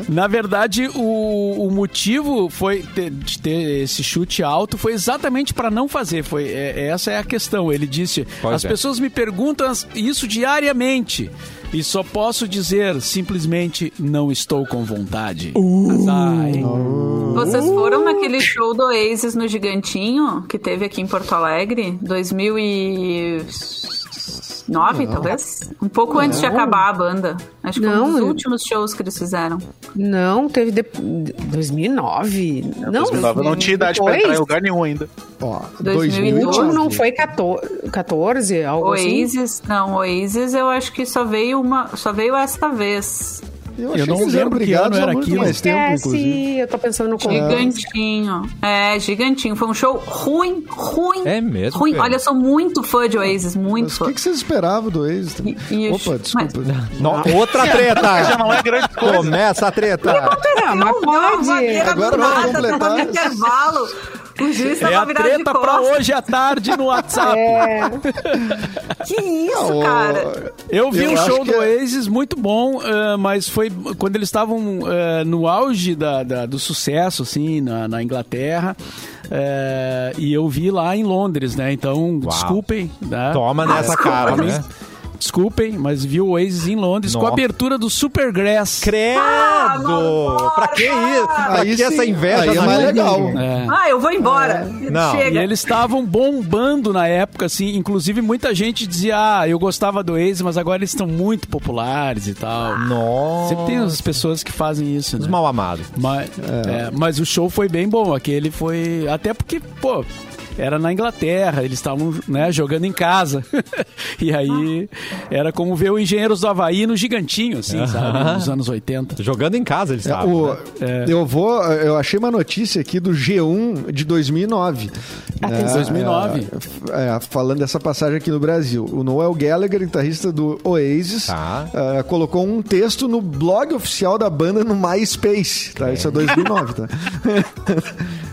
F: Na verdade, o, o motivo foi ter- de ter esse chute alto foi exatamente para não fazer. Foi é- essa é a questão. Ele disse:
A: Pois
F: as
A: é.
F: pessoas me perguntam as- isso diariamente e só posso dizer simplesmente não estou com vontade.
A: Uh.
F: Azar, hein?
C: Vocês foram naquele show do Oasis no Gigantinho, que teve aqui em Porto Alegre, 2009, talvez? Um pouco antes de acabar a banda. Acho que foi
D: Não,
C: um dos
D: eu-
C: últimos shows que eles fizeram.
D: Não, teve de... 2009. Não,
E: 2009 eu não tinha idade pra
D: depois?
E: entrar em lugar nenhum ainda.
B: Ó,
C: 2012.
D: O último
B: 2008.
D: um não foi 14, 14 algo assim?
C: Oasis, não, Oasis eu acho que só veio uma, só veio esta vez.
B: Eu,
F: não
B: eles eram
F: lembro que
B: brigados
F: ano era
B: há muito
F: aquilo.
B: mais tempo, inclusive.
D: Esquece, É, eu tô pensando no conjunto.
C: Gigantinho. É, gigantinho. Foi um show ruim, ruim.
A: É mesmo,
C: Ruim.
A: Pedro?
C: Olha, eu sou muito fã de Oasis, muito
B: Mas o
C: fã.
B: que, que vocês esperavam do ex?
C: E- e os-
B: Opa, desculpa.
A: No- outra
F: Ah.
A: treta!
E: Já não é grande coisa.
A: Começa a treta!
D: Não, Ah, mas pode.
B: Agora vai completar.
C: no intervalo. O juiz
F: É
C: tava
F: a
C: virado de
F: treta pra
C: costas. É.
F: hoje à tarde no WhatsApp.
C: Que isso,
B: Não,
C: cara?
F: Eu vi
B: Eu
F: um
B: acho
F: show
B: que
F: do
B: é-
F: Oasis muito bom, ah, mas foi quando eles estavam ah, no auge da- da- do sucesso, assim, na, na Inglaterra. eh, e eu vi lá em Londres, né? Então, desculpem. Né?
A: Toma nessa cara,
F: Homens,
A: né?
D: Ah,
F: Desculpem, mas vi o Oasis em Londres com a
A: Nossa.
F: abertura do Supergrass.
A: Credo! pra que isso? Pra
B: Aí
A: que essa
B: sim,
A: inveja?
B: aí é
A: na
B: mais
A: gente?
B: legal.
F: É.
C: Ah, eu vou embora.
A: Não.
F: E
C: Chega.
F: eles estavam bombando na época, assim. Inclusive, muita gente dizia: Ah, eu gostava do Waze, mas agora eles estão muito populares e tal.
A: Nossa.
F: Sempre tem as pessoas que fazem isso, né?
A: Os mal amados.
F: Mas, é, mas o show foi bem bom. Aquele foi. Até porque, pô. Era na Inglaterra, eles estavam né, jogando em casa. e aí era como ver o Engenheiros do Havaí no gigantinho, assim, sabe? Nos anos 80.
A: Jogando em casa, eles
F: tá,
B: É,
A: sabem.
B: o-
A: né?
B: Eu vou. Eu achei uma notícia aqui do G1 de 2009.
F: Ah,
B: né?
F: 2009.
B: É, é, falando dessa passagem aqui no Brasil. O Noel Gallagher, guitarrista do Oasis,
A: Tá.
B: é, colocou um texto no blog oficial da banda no MySpace. Tá? Isso é 2009, tá?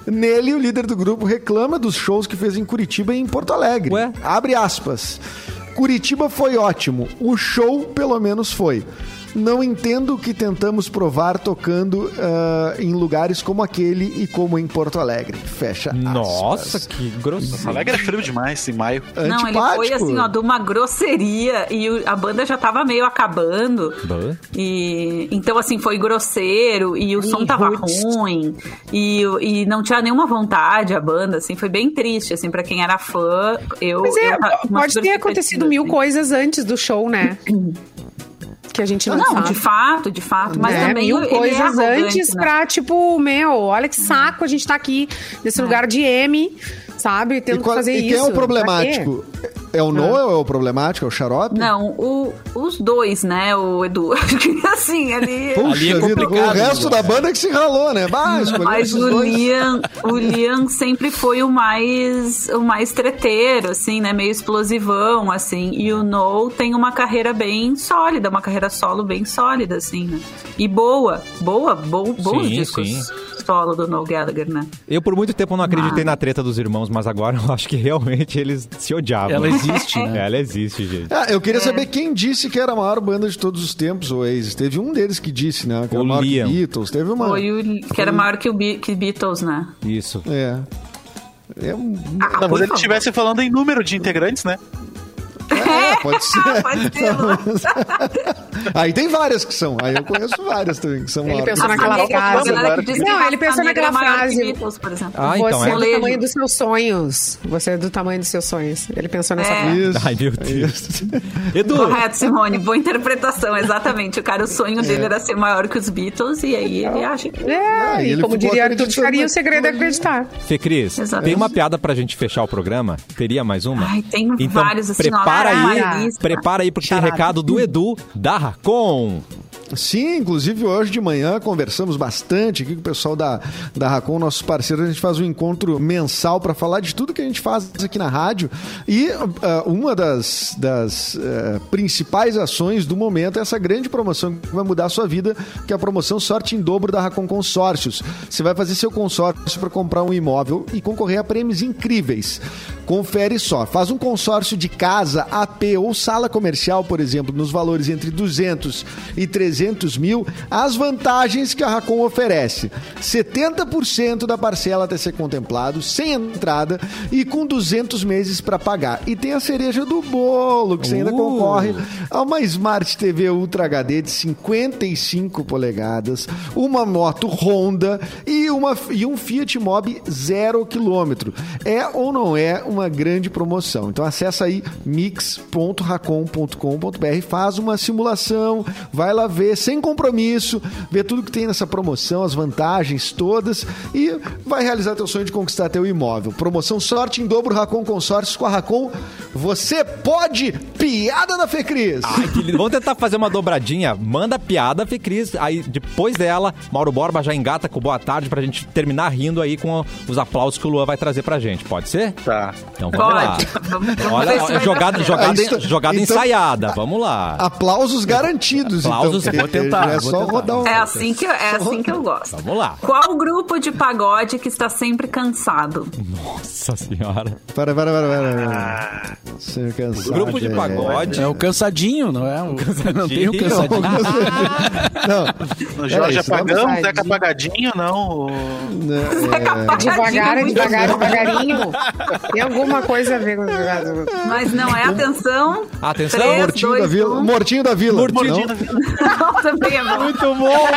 B: Nele, o líder do grupo reclama dos shows que fez em Curitiba e em Porto Alegre.
A: Ué?
B: Abre aspas. Curitiba foi ótimo. O show, pelo menos, foi. Não entendo o que tentamos provar tocando ah, em lugares como aquele e como em Porto Alegre. Fecha aspas.
A: Nossa, que
E: Porto
A: grosseiro.
E: Alegre é frio demais em maio.
C: Não, ele foi
B: Antipático.
C: assim, ó, de uma grosseria e o- a banda já tava meio acabando.
A: Bah.
C: E então assim foi grosseiro e o som tava ruim e, o- e não tinha nenhuma vontade a banda, assim, foi bem triste assim para quem era fã. Eu
D: Mas é,
C: eu- uma
D: pode ter
C: super
D: acontecido
C: expectativa,
D: mil
C: assim.
D: coisas antes do show, né? Que a gente não,
C: Não,
D: sabe.
C: de fato, de fato, mas
D: né?
C: também
D: mil
C: ele é
D: coisas
C: arrogante,
D: antes
C: né?
D: pra, tipo, meu, olha que saco a gente tá aqui nesse lugar de M, sabe?
B: E,
D: Tendo
B: qual-
D: que fazer
B: e
D: isso.
B: quem é o
D: Pra quê? Ah.
B: problemático? É o Noel, é o problemático? É o xarope?
C: Não, o- os dois, né, o Edu. assim, ali
F: Ali é
B: Puxa vida,
F: complicado,
B: o resto da banda que se ralou, né? Bah, escolheu
C: Mas
B: esses
C: o
B: dois.
C: Liam, o Liam sempre foi o mais, o mais treteiro, assim, né? Meio explosivão, assim. E o Noel tem uma carreira bem sólida, uma carreira solo bem sólida, assim, né? E boa, boa, bo- bons
A: Sim,
C: discos.
A: sim.
C: solo do Noel Gallagher, né?
A: Eu por muito tempo não acreditei na treta dos irmãos, mas agora eu acho que realmente eles se odiavam.
F: Ela existe, né?
A: Ela existe, gente.
B: Ah, eu
C: é.
B: queria saber quem disse que era a maior banda de todos os tempos, o Oasis. Teve um deles que disse, né? Que era
A: O
B: maior que
A: Liam.
B: Beatles. Teve uma.
C: Foi o- que era maior que o Be- que Beatles, né?
A: Isso.
B: É. É um.
C: Ah,
E: Talvez
C: por
E: ele
C: favor.
E: estivesse falando em número de integrantes, né?
B: É, pode
C: Ah,
B: ser.
C: pode ser.
B: Aí tem várias que são. Aí eu conheço várias também que são
D: Ele
B: maior.
D: pensou
B: que-
D: naquela
C: Rafa Negra,
D: frase.
C: a galera que diz que
D: Não, ele
C: Rafa Negra
D: pensou naquela
C: é maior que
D: frase.
C: Beatles, por exemplo.
A: Ah, então
D: Você é
A: é.
D: do
C: Molejo.
D: tamanho dos seus sonhos. Você é do tamanho dos seus sonhos. Ele pensou nessa
C: É.
D: frase.
B: Isso.
A: Ai, meu Deus. Edu,
C: Correto, Simone. Boa interpretação, exatamente. O cara, o sonho
A: É.
C: dele era ser maior que os Beatles, e aí ele acha que.
D: É,
B: Ah,
D: e
B: ele
D: como
B: ficou
D: diria Arthur
B: acreditando
D: de Faria, o
B: naquilo
D: segredo é
B: ali.
D: acreditar.
A: Fê Cris,
C: Exato.
A: tem uma piada pra gente fechar o programa? Teria mais uma? Então,
C: Ai, tem vários assim,
A: prepara
C: ó,
A: aí,
C: uma lista.
A: prepara aí, porque tem recado do Edu da Racon.
B: Sim, inclusive hoje de manhã conversamos bastante aqui com o pessoal da, da Racon, nossos parceiros. A gente faz um encontro mensal para falar de tudo que a gente faz aqui na rádio. E ah, uma das, das eh, principais ações do momento é essa grande promoção que vai mudar a sua vida, que é a promoção Sorte em Dobro da Racon Consórcios. Você vai fazer seu consórcio para comprar um imóvel e concorrer a prêmios incríveis. Confere só. Faz um consórcio de casa, AP ou sala comercial, por exemplo, nos valores entre 200 e 300 mil, as vantagens que a Racon oferece. 70% da parcela até ser contemplado, sem entrada e com 200 meses para pagar. E tem a cereja do bolo, que você ainda
A: Uh.
B: concorre a uma Smart TV Ultra HD de 55 polegadas, uma moto Honda e, uma, e um Fiat Mobi zero quilômetro. É ou não é uma grande promoção? Então acessa aí mix.racon.com.br, faz uma simulação, vai lá ver, sem compromisso, ver tudo que tem nessa promoção, as vantagens todas e vai realizar teu sonho de conquistar teu imóvel. Promoção Sorte em Dobro Racon Consórcios com a Racon. Você pode! Piada da Fecris!
A: Ai, que lindo. Vamos tentar fazer uma dobradinha. Manda a piada, Fê Cris. Aí depois dela, Mauro Borba já engata com boa tarde pra gente terminar rindo aí com os aplausos que o Luan vai trazer pra gente. Pode ser?
E: Tá.
A: Então vamos lá.
C: Pode. Vamos, vamos ver
A: Olha,
C: se
A: ó,
C: vai
A: jogada,
C: dar certo.
A: jogada,
B: Então-
A: jogada
B: então- Ah,
A: ensaiada. Vamos lá.
B: Aplausos garantidos.
A: Aplausos,
B: então,
A: vou
B: porque
A: tentar,
B: É
A: vou
B: só
A: tentar.
B: rodar um...
C: É assim que, eu- é assim que eu gosto.
A: Vamos lá.
C: Qual grupo de pagode que está sempre cansado?
A: Nossa senhora.
B: Para, para, para, para. para. Sem cansar,
A: Ah. Grupo de
B: é.
A: pagode.
F: É o cansadinho, não é? O Não tem o cansadinho.
E: O Jorge
F: É,
B: isso,
E: Apagão,
D: vamos lá,
E: o Zeca
D: Edinho.
E: Apagadinho, não. o-
A: É.
C: É
D: Devagar,
C: Tadinho, muito
D: devagar, devagarinho. Tem alguma coisa a ver com
C: bom. Mas não é atenção.
A: Atenção,
C: Três,
B: Mortinho
C: dois,
B: da Vila.
C: um.
B: Mortinho da Vila.
E: Mordidinho
B: não?
E: da vida.
C: Também é bom.
A: Muito bom.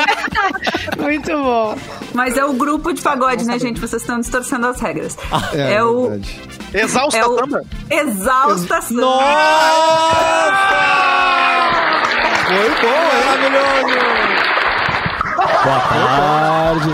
D: Muito bom.
C: Mas é o grupo de pagode, né, gente? Vocês estão distorcendo as regras.
A: Ah,
C: É, o.
B: verdade.
E: Exausta
C: É o.
E: Samba.
C: Exausta Samba.
B: Foi bom, é maravilhoso.
A: Boa tarde.